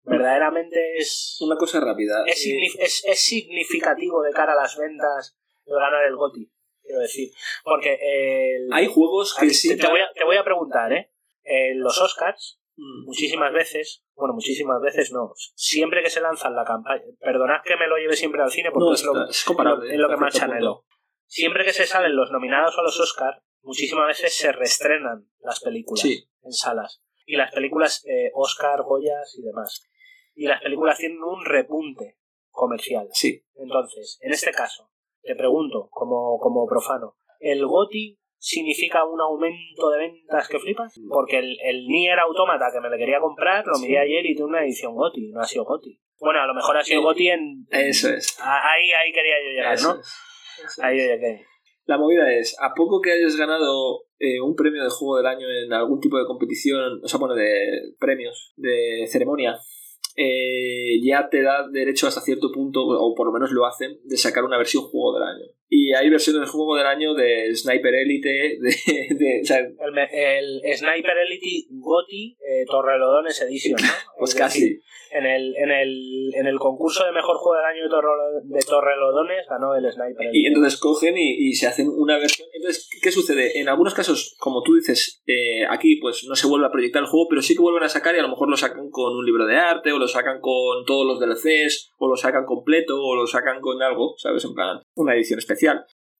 A: verdaderamente es,
B: Una cosa rápida.
A: es,
B: Eh,
A: signi- es- es significativo de cara a las ventas el ganar el GOTI, quiero decir. Porque el-
B: Hay juegos que
A: te-
B: sí.
A: te, voy a, te voy a preguntar, ¿eh? En los Oscars,
B: Mm.
A: muchísimas veces, bueno, muchísimas veces no, siempre que se lanzan la campaña, perdonad que me lo lleve siempre al cine porque
B: No,
A: es, lo,
B: está- es comparable.
A: es lo que
B: hasta
A: más
B: cierto
A: anhelo.
B: punto.
A: Siempre que se salen los nominados a los Oscar, muchísimas veces se reestrenan las películas
B: Sí.
A: en salas. Y las películas eh, Oscar, Goyas y demás. Y las películas tienen un repunte comercial.
B: Sí.
A: Entonces, en este caso, te pregunto, como, como profano, ¿el GOTI significa un aumento de ventas que flipas? Porque el, el Nier Automata que me le quería comprar, lo miré ayer y tiene una edición GOTI, no ha sido GOTI. Bueno, a lo mejor ha sido
B: Eh,
A: GOTI en...
B: Eso es.
A: a- Ahí, ahí quería yo llegar,
B: Eso
A: ¿no?
B: es. Eso
A: Ahí
B: es.
A: yo llegué.
B: La movida es, ¿a poco que hayas ganado eh, un premio de juego del año en algún tipo de competición, o sea, bueno, de premios, de ceremonia, eh, ya te da derecho hasta cierto punto, o por lo menos lo hacen, de sacar una versión juego del año? Y hay versiones del juego del año de Sniper Elite, de... de- o sea,
A: El, me- el Sniper Elite GOTI eh, Torrelodones Edition, ¿no?
B: pues
A: Es decir,
B: casi.
A: En el, en, el, en el concurso de mejor juego del año de, Torrelo- de Torrelodones ganó el Sniper Elite.
B: Y entonces cogen y, y se hacen una versión. Entonces, ¿qué sucede? En algunos casos, como tú dices, eh, aquí pues no se vuelve a proyectar el juego, pero sí que vuelven a sacar y a lo mejor lo sacan con un libro de arte, o lo sacan con todos los DLCs, o lo sacan completo, o lo sacan con algo, ¿sabes? En plan, una edición especial.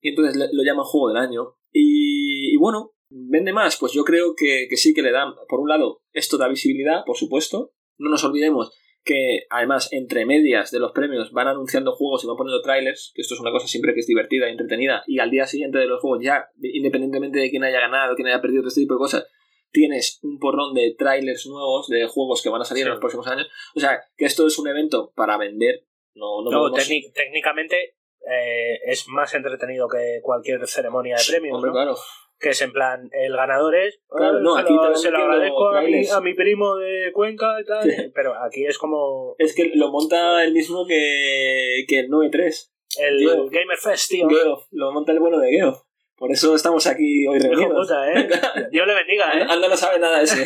B: Y entonces le- lo llaman juego del año. Y, y bueno, ¿vende más? Pues yo creo que, que sí que le dan, por un lado, esto da visibilidad, por supuesto. No nos olvidemos que además entre medias de los premios van anunciando juegos y van poniendo trailers, que esto es una cosa siempre que es divertida y entretenida, y al día siguiente de los juegos ya, independientemente de quién haya ganado, quién haya perdido, todo este tipo de cosas, tienes un porrón de trailers nuevos de juegos que van a salir en
A: Sí.
B: los próximos años. O sea, que esto es un evento para vender, no, no,
A: No,
B: podemos-
A: técnic- técnicamente eh, es más entretenido que cualquier ceremonia de premios,
B: Hombre,
A: ¿no?
B: claro.
A: Que es en plan, el ganador es...
B: Claro,
A: "Ah,
B: no,
A: se
B: aquí
A: lo,
B: te van
A: se lo
B: metiendo
A: agradezco a mi,
B: trailers".
A: a mi primo de Cuenca y tal.
B: Sí.
A: Pero aquí es como
B: Es que lo monta el mismo que, que el 9-3.
A: el
B: Tío.
A: Gamer Fest, tío.
B: Geoff, lo monta el bueno de Geoff. Por eso estamos aquí hoy
A: Hijo de
B: reunidos.
A: puta, ¿eh? Dios le bendiga, ¿eh?
B: Aldo no sabe nada de ese,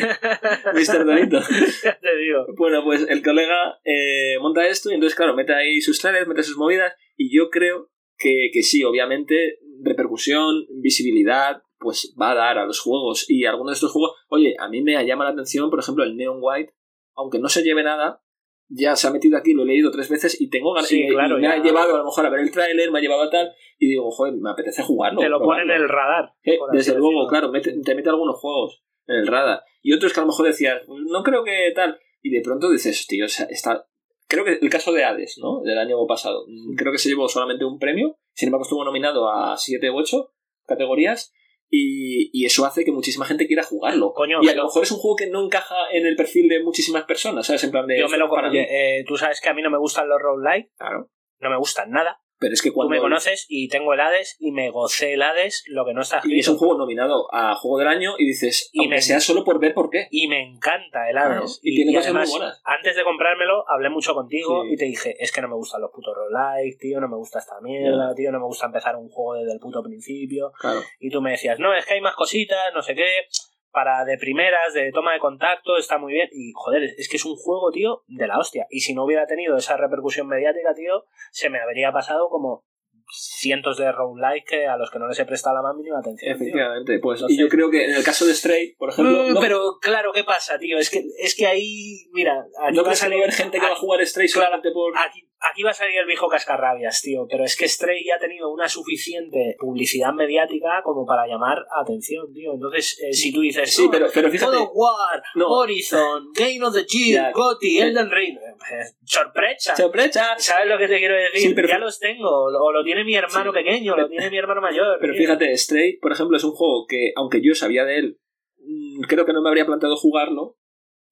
B: Mr. Dorito.
A: Ya te digo.
B: Bueno, pues el colega eh, monta esto y entonces, claro, mete ahí sus trailers, mete sus movidas y yo creo que, que sí, obviamente, repercusión, visibilidad, pues va a dar a los juegos y algunos de estos juegos, oye, a mí me llama la atención, por ejemplo, el Neon White, aunque no se lleve nada, ya se ha metido aquí, lo he leído tres veces y tengo ganas,
A: Sí,
B: y- y
A: claro,
B: me
A: ya.
B: ha llevado a lo mejor a ver el tráiler, me ha llevado a tal y digo, joder, me apetece jugarlo.
A: te lo pone en
B: probarlo".
A: el radar.
B: Eh,
A: por así
B: desde luego,
A: decirlo.
B: claro, mete- te mete algunos juegos en el radar. Y otros que a lo mejor decías, "Pues no creo que tal. Y de pronto dices, tío, o sea, está. Creo que el caso de Hades, ¿no? Del año pasado. Mm, Creo que se llevó solamente un premio. Sin embargo, estuvo nominado a 7 u 8 categorías. Y, y eso hace que muchísima gente quiera jugarlo.
A: Coño,
B: y a
A: yo-
B: lo mejor es un juego que no encaja en el perfil de muchísimas personas, ¿sabes? En plan de.
A: Yo me lo
B: para mí.
A: oye, eh, Tú sabes que a mí no me gustan los roguelike,
B: Claro.
A: no me gustan nada.
B: Pero es que
A: Tú
B: cuando.
A: me conoces y tengo el Hades y me gocé el Hades, lo que no está
B: Y es
A: escrito.
B: un juego nominado a juego del año y dices,
A: Y
B: aunque
A: me-
B: sea solo por ver por qué.
A: y me encanta el
B: Claro,
A: Hades.
B: y tiene cosas muy buenas.
A: Antes de comprármelo, hablé mucho contigo
B: Sí.
A: y te dije, es que no me gustan los putos roguelike, tío, no me gusta esta mierda, tío, no me gusta empezar un juego desde el puto principio.
B: Claro.
A: Y tú me decías, no, es que hay más cositas, no sé qué, para de primeras, de toma de contacto, está muy bien. Y joder, es que es un juego, tío, de la hostia. Y si no hubiera tenido esa repercusión mediática, tío, se me habría pasado como cientos de roguelike a los que no les he prestado la más mínima atención. tío.
B: Efectivamente, pues.
A: No
B: Y
A: sé.
B: yo creo que en el caso de Stray, por ejemplo.
A: Mm,
B: no,
A: Pero claro, ¿qué pasa, tío? Es que, es que ahí, mira, aquí va
B: no
A: a
B: crees que va a
A: salir
B: haber gente que va a jugar
A: Ah,
B: Stray solamente por.
A: Aquí, aquí va a salir el viejo cascarrabias, tío. Pero es que Stray ya ha tenido una suficiente publicidad mediática como para llamar atención, tío. Entonces, eh, si tú dices,
B: Sí,
A: "No,
B: pero, pero fíjate.
A: God of War,
B: No.
A: Horizon, Game of the
B: Ya.
A: Year, Gotti, Elden Ring. eh, Sorpresa.
B: Sorpresa.
A: ¿Sabes lo que te quiero decir?
B: Sí, pero-
A: ya los tengo. O lo tiene mi hermano
B: Sí.
A: pequeño,
B: Pero-
A: lo tiene mi hermano mayor.
B: Pero
A: tío.
B: fíjate, Stray, por ejemplo, es un juego que, aunque yo sabía de él, mm, creo que no me habría planteado jugarlo.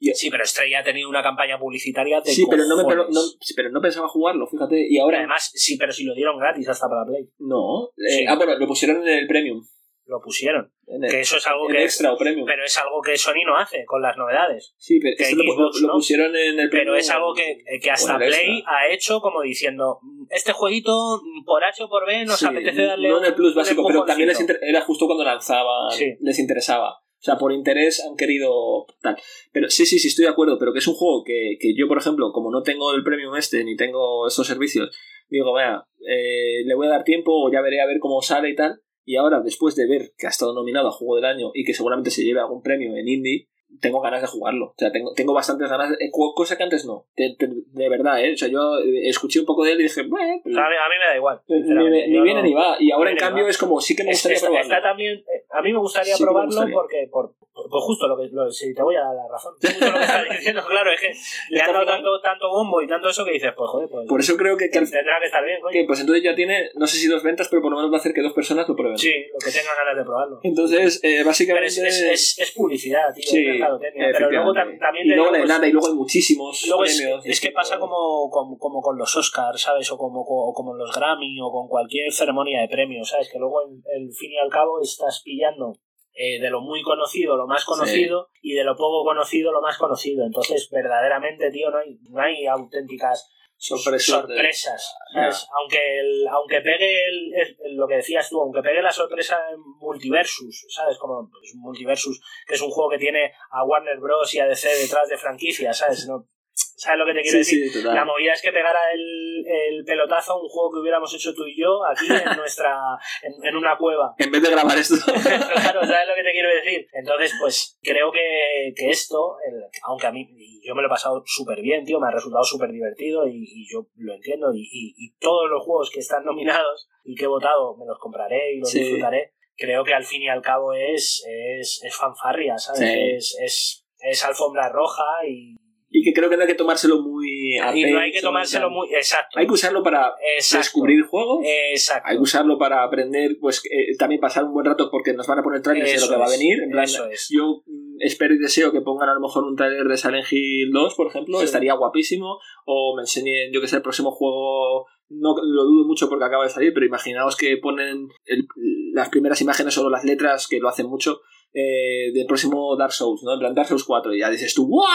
A: Sí, pero Stray ya ha tenido una campaña publicitaria de
B: Sí, pero no, me, pero,
A: cojones.
B: no, sí, pero no pensaba jugarlo, fíjate. Y
A: Y
B: ahora.
A: Además, sí, pero si lo dieron gratis hasta para Play.
B: No. eh,
A: Sí.
B: Ah, bueno, lo pusieron en el Premium.
A: Lo pusieron.
B: En el,
A: Que eso es algo
B: Eh, en
A: que...
B: Extra o Premium.
A: Pero es algo que Sony no hace con las novedades.
B: sí, pero
A: que
B: esto lo,
A: Xbox,
B: lo- lo
A: ¿no?
B: pusieron en el Premium.
A: Pero es algo que, que hasta
B: Bueno, el
A: Play
B: extra.
A: ha hecho como diciendo, "Mm, este jueguito mm, por H o por B nos
B: Sí,
A: apetece darle...
B: No en el Plus
A: un
B: básico, pero también les
A: empujoncito".
B: inter- era justo cuando lanzaban,
A: Sí.
B: les interesaba. O sea, por interés han querido tal. Pero sí, sí, sí, estoy de acuerdo, pero que es un juego que, que yo, por ejemplo, como no tengo el premium este ni tengo estos servicios, digo, vea, eh, le voy a dar tiempo o ya veré a ver cómo sale y tal. Y ahora, después de ver que ha estado nominado a Juego del Año y que seguramente se lleve algún premio en Indie, tengo ganas de jugarlo. O sea, tengo, tengo bastantes ganas, eh, co- cosa que antes no. Te- te- de verdad, ¿eh? O sea, yo eh, escuché un poco de él y dije, bueno, pues
A: O sea, a, mí, a mí me da igual.
B: ni,
A: sinceramente.
B: ni
A: Yo
B: viene
A: no-
B: ni va. Y ahora, en
A: viene ni
B: cambio,
A: va.
B: es como, sí que me
A: Es-
B: gustaría
A: está,
B: probarlo.
A: está también, eh, a mí me gustaría
B: Sí que me
A: probarlo
B: gustaría.
A: porque, por, pues justo lo que, lo- si te voy a dar la razón, justo lo que estás diciendo, claro, es que le han dado tanto, tanto bombo y tanto eso que dices, pues joder, pues
B: Por eso creo que, que al-
A: tendrá que estar bien, coño.
B: que, pues entonces ya tiene, no sé si dos ventas, pero por lo menos va a hacer que dos personas lo prueben.
A: Sí, lo que tengan ganas de probarlo.
B: Entonces, eh,
A: Pero
B: básicamente.
A: es, es, es, es publicidad, tío,
B: sí,
A: es mercadotecnia. Pero luego tam-
B: efectivamente.
A: también
B: y
A: te
B: luego
A: digo,
B: la
A: pues,
B: enana, y luego hay muchísimos
A: Luego es,
B: premios.
A: es que
B: distintos.
A: pasa como, como, como con los Oscars, ¿sabes? O como, o como en los Grammy o con cualquier ceremonia de premios, ¿sabes? Que luego, en, en fin y al cabo, estás pillando eh, de lo muy conocido lo más conocido y de lo poco conocido lo más conocido. Entonces, verdaderamente, tío, no hay, no hay auténticas
B: Sorpresas.
A: sorpresas, ¿sabes? Aunque, el- aunque pegue el- el- lo que decías tú, aunque pegue la sorpresa en Multiversus, ¿sabes? Como pues, Multiversus, que es un juego que tiene a Warner Bros. y a DC detrás de franquicias, ¿sabes? No, ¿Sabes lo que te quiero
B: Sí,
A: decir?
B: sí, total.
A: La movida es que pegara el, el pelotazo a un juego que hubiéramos hecho tú y yo aquí en nuestra en, en una cueva.
B: En vez de grabar esto.
A: claro, ¿sabes lo que te quiero decir? Entonces, pues creo que, que esto, el- aunque a mí y yo me lo he pasado súper bien, tío, me ha resultado súper divertido y, y yo lo entiendo y, y- y todos los juegos que están nominados y que he votado me los compraré y los
B: Sí.
A: disfrutaré. Creo que al fin y al cabo es, es, es fanfarria, ¿sabes?
B: Sí.
A: Es, es, es alfombra roja y,
B: y que creo que no hay que tomárselo muy a
A: y no hay
B: pecho,
A: que tomárselo
B: tal.
A: muy... Exacto.
B: Hay que usarlo para
A: Exacto. Eh,
B: descubrir juegos.
A: Exacto.
B: Hay que usarlo para aprender, pues eh, también pasar un buen rato porque nos van a poner trailers de lo
A: Eso
B: que va a
A: es,
B: venir. En plan,
A: eso es.
B: Yo mm, espero y deseo que pongan a lo mejor un trailer de Silent Hill 2, por ejemplo,
A: Sí.
B: estaría guapísimo. O me enseñen, yo que sé, el próximo juego. No lo dudo mucho porque acaba de salir, pero imaginaos que ponen el- las primeras imágenes o las letras, que lo hacen mucho, eh, del próximo Dark Souls, ¿no? En plan Dark Souls 4, y ya dices tú, ¡guau!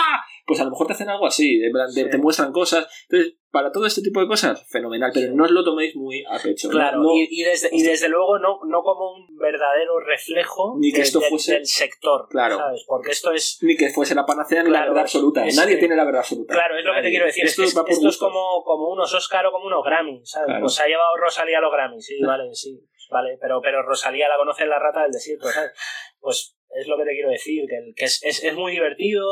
B: Pues a lo mejor te hacen algo así, en plan, te,
A: Sí.
B: te muestran cosas. Entonces, para todo este tipo de cosas, fenomenal, pero
A: Sí.
B: no os lo toméis muy a pecho. ¿no?
A: Claro,
B: No- Este-
A: y, y desde, y desde luego no, no como un verdadero reflejo
B: Ni que
A: de-
B: esto
A: del-
B: fuese-
A: del sector,
B: Claro.
A: ¿sabes? Porque esto es...
B: ni que fuese la panacea ni la
A: Claro,
B: verdad
A: es-
B: absoluta.
A: es
B: Nadie
A: que-
B: tiene la verdad absoluta.
A: Claro, es lo que te
B: Nadie.
A: quiero decir. es
B: Esto
A: que es-
B: va
A: Esto,
B: por
A: es
B: gustos.
A: como, como unos Oscar o como unos Grammy, ¿sabes?
B: Claro.
A: Pues ha llevado Rosalía a los Grammy, sí, vale, sí, vale. Pero, pero Rosalía la conoce en la rata del desierto, ¿sabes? Pues es lo que te quiero decir, que, el- que es, es, es muy divertido,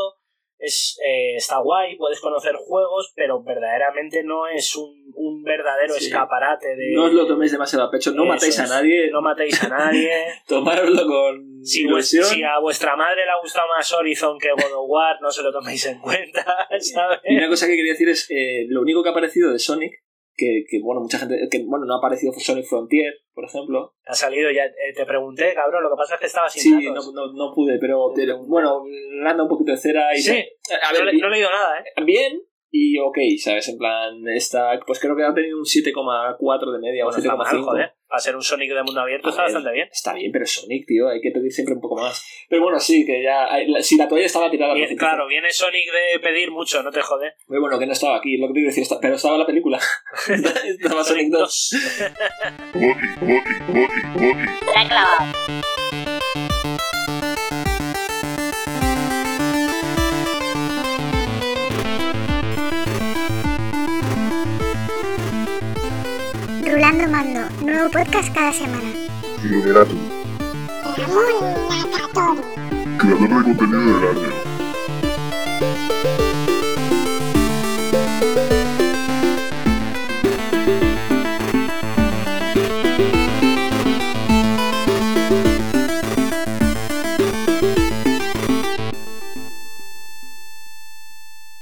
A: es, eh, está guay, puedes conocer juegos, pero verdaderamente no es un, un verdadero
B: Sí.
A: escaparate de...
B: No os lo toméis demasiado a pecho, no
A: Eso
B: matéis a
A: es.
B: nadie,
A: No matéis a nadie.
B: tomároslo con
A: Si, vues-
B: ilusión.
A: si a vuestra madre le ha gustado más Horizon que God of War, no se lo toméis en cuenta, ¿sabes?
B: Y una cosa que quería decir es eh, lo único que ha aparecido de Sonic, que, que, bueno, mucha gente, que bueno, no ha aparecido Sonic Frontier, por ejemplo.
A: Ha salido ya, eh, te pregunté, cabrón, lo que pasa es que estaba sin
B: Sí, no,
A: datos.
B: no- no pude, pero, pero, bueno, le anda un poquito de cera y
A: Sí,
B: a
A: no,
B: ver,
A: le- no he leído nada, ¿eh?
B: bien y ok, ¿sabes? En plan, está, pues creo que ha tenido un 7,4 de media
A: Bueno,
B: o
A: está mal,
B: 7,5.
A: joder. Para ser un Sonic de mundo abierto
B: A
A: está
B: ver.
A: bastante bien.
B: Está bien, pero es Sonic, tío, hay que pedir siempre un poco más. Pero bueno, sí, que ya. la- Si la toalla estaba tirada,
A: Bien,
B: por ejemplo.
A: Eh, claro, viene Sonic de pedir mucho, no te jode.
B: Pero Pues bueno, que no estaba aquí, lo que te quiero decir, está- pero estaba la película. estaba Sonic 2.
C: Goti, Goti, Goti, Goti.
E: La clava. Rulando Mando, nuevo podcast cada semana.
C: Iluminati,
E: Ramón Nakatomi.
C: creador de contenido del año.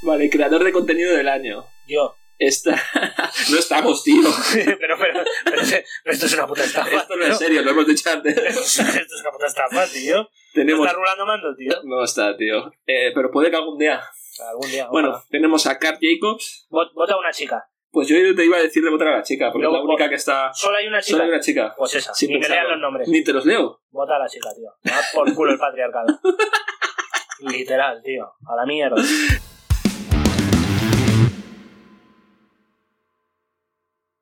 B: Vale, creador de contenido del año.
A: Yo.
B: Está... no estamos, tío.
A: pero, pero, pero este- pero esto es una puta estafa.
B: Esto no es
A: tío.
B: serio, lo hemos dicho antes.
A: esto es una puta estafa, tío.
B: Tenemos...
A: ¿Estás rulando mando, tío?
B: No está, tío. Eh, pero puede que algún día.
A: Algún día.
B: Bueno,
A: ojalá.
B: tenemos a Kat Jacobs.
A: Vot- Vota a una chica.
B: Pues yo te iba a decir de votar a la chica, porque es la
A: Luego,
B: única que está...
A: Solo hay una chica.
B: Solo hay una chica.
A: Pues esa.
B: Sin
A: Ni me
B: pensarlo.
A: lean los nombres.
B: Ni te los leo.
A: Vota a la chica, tío. Va por culo el patriarcado. Literal, tío. A la mierda.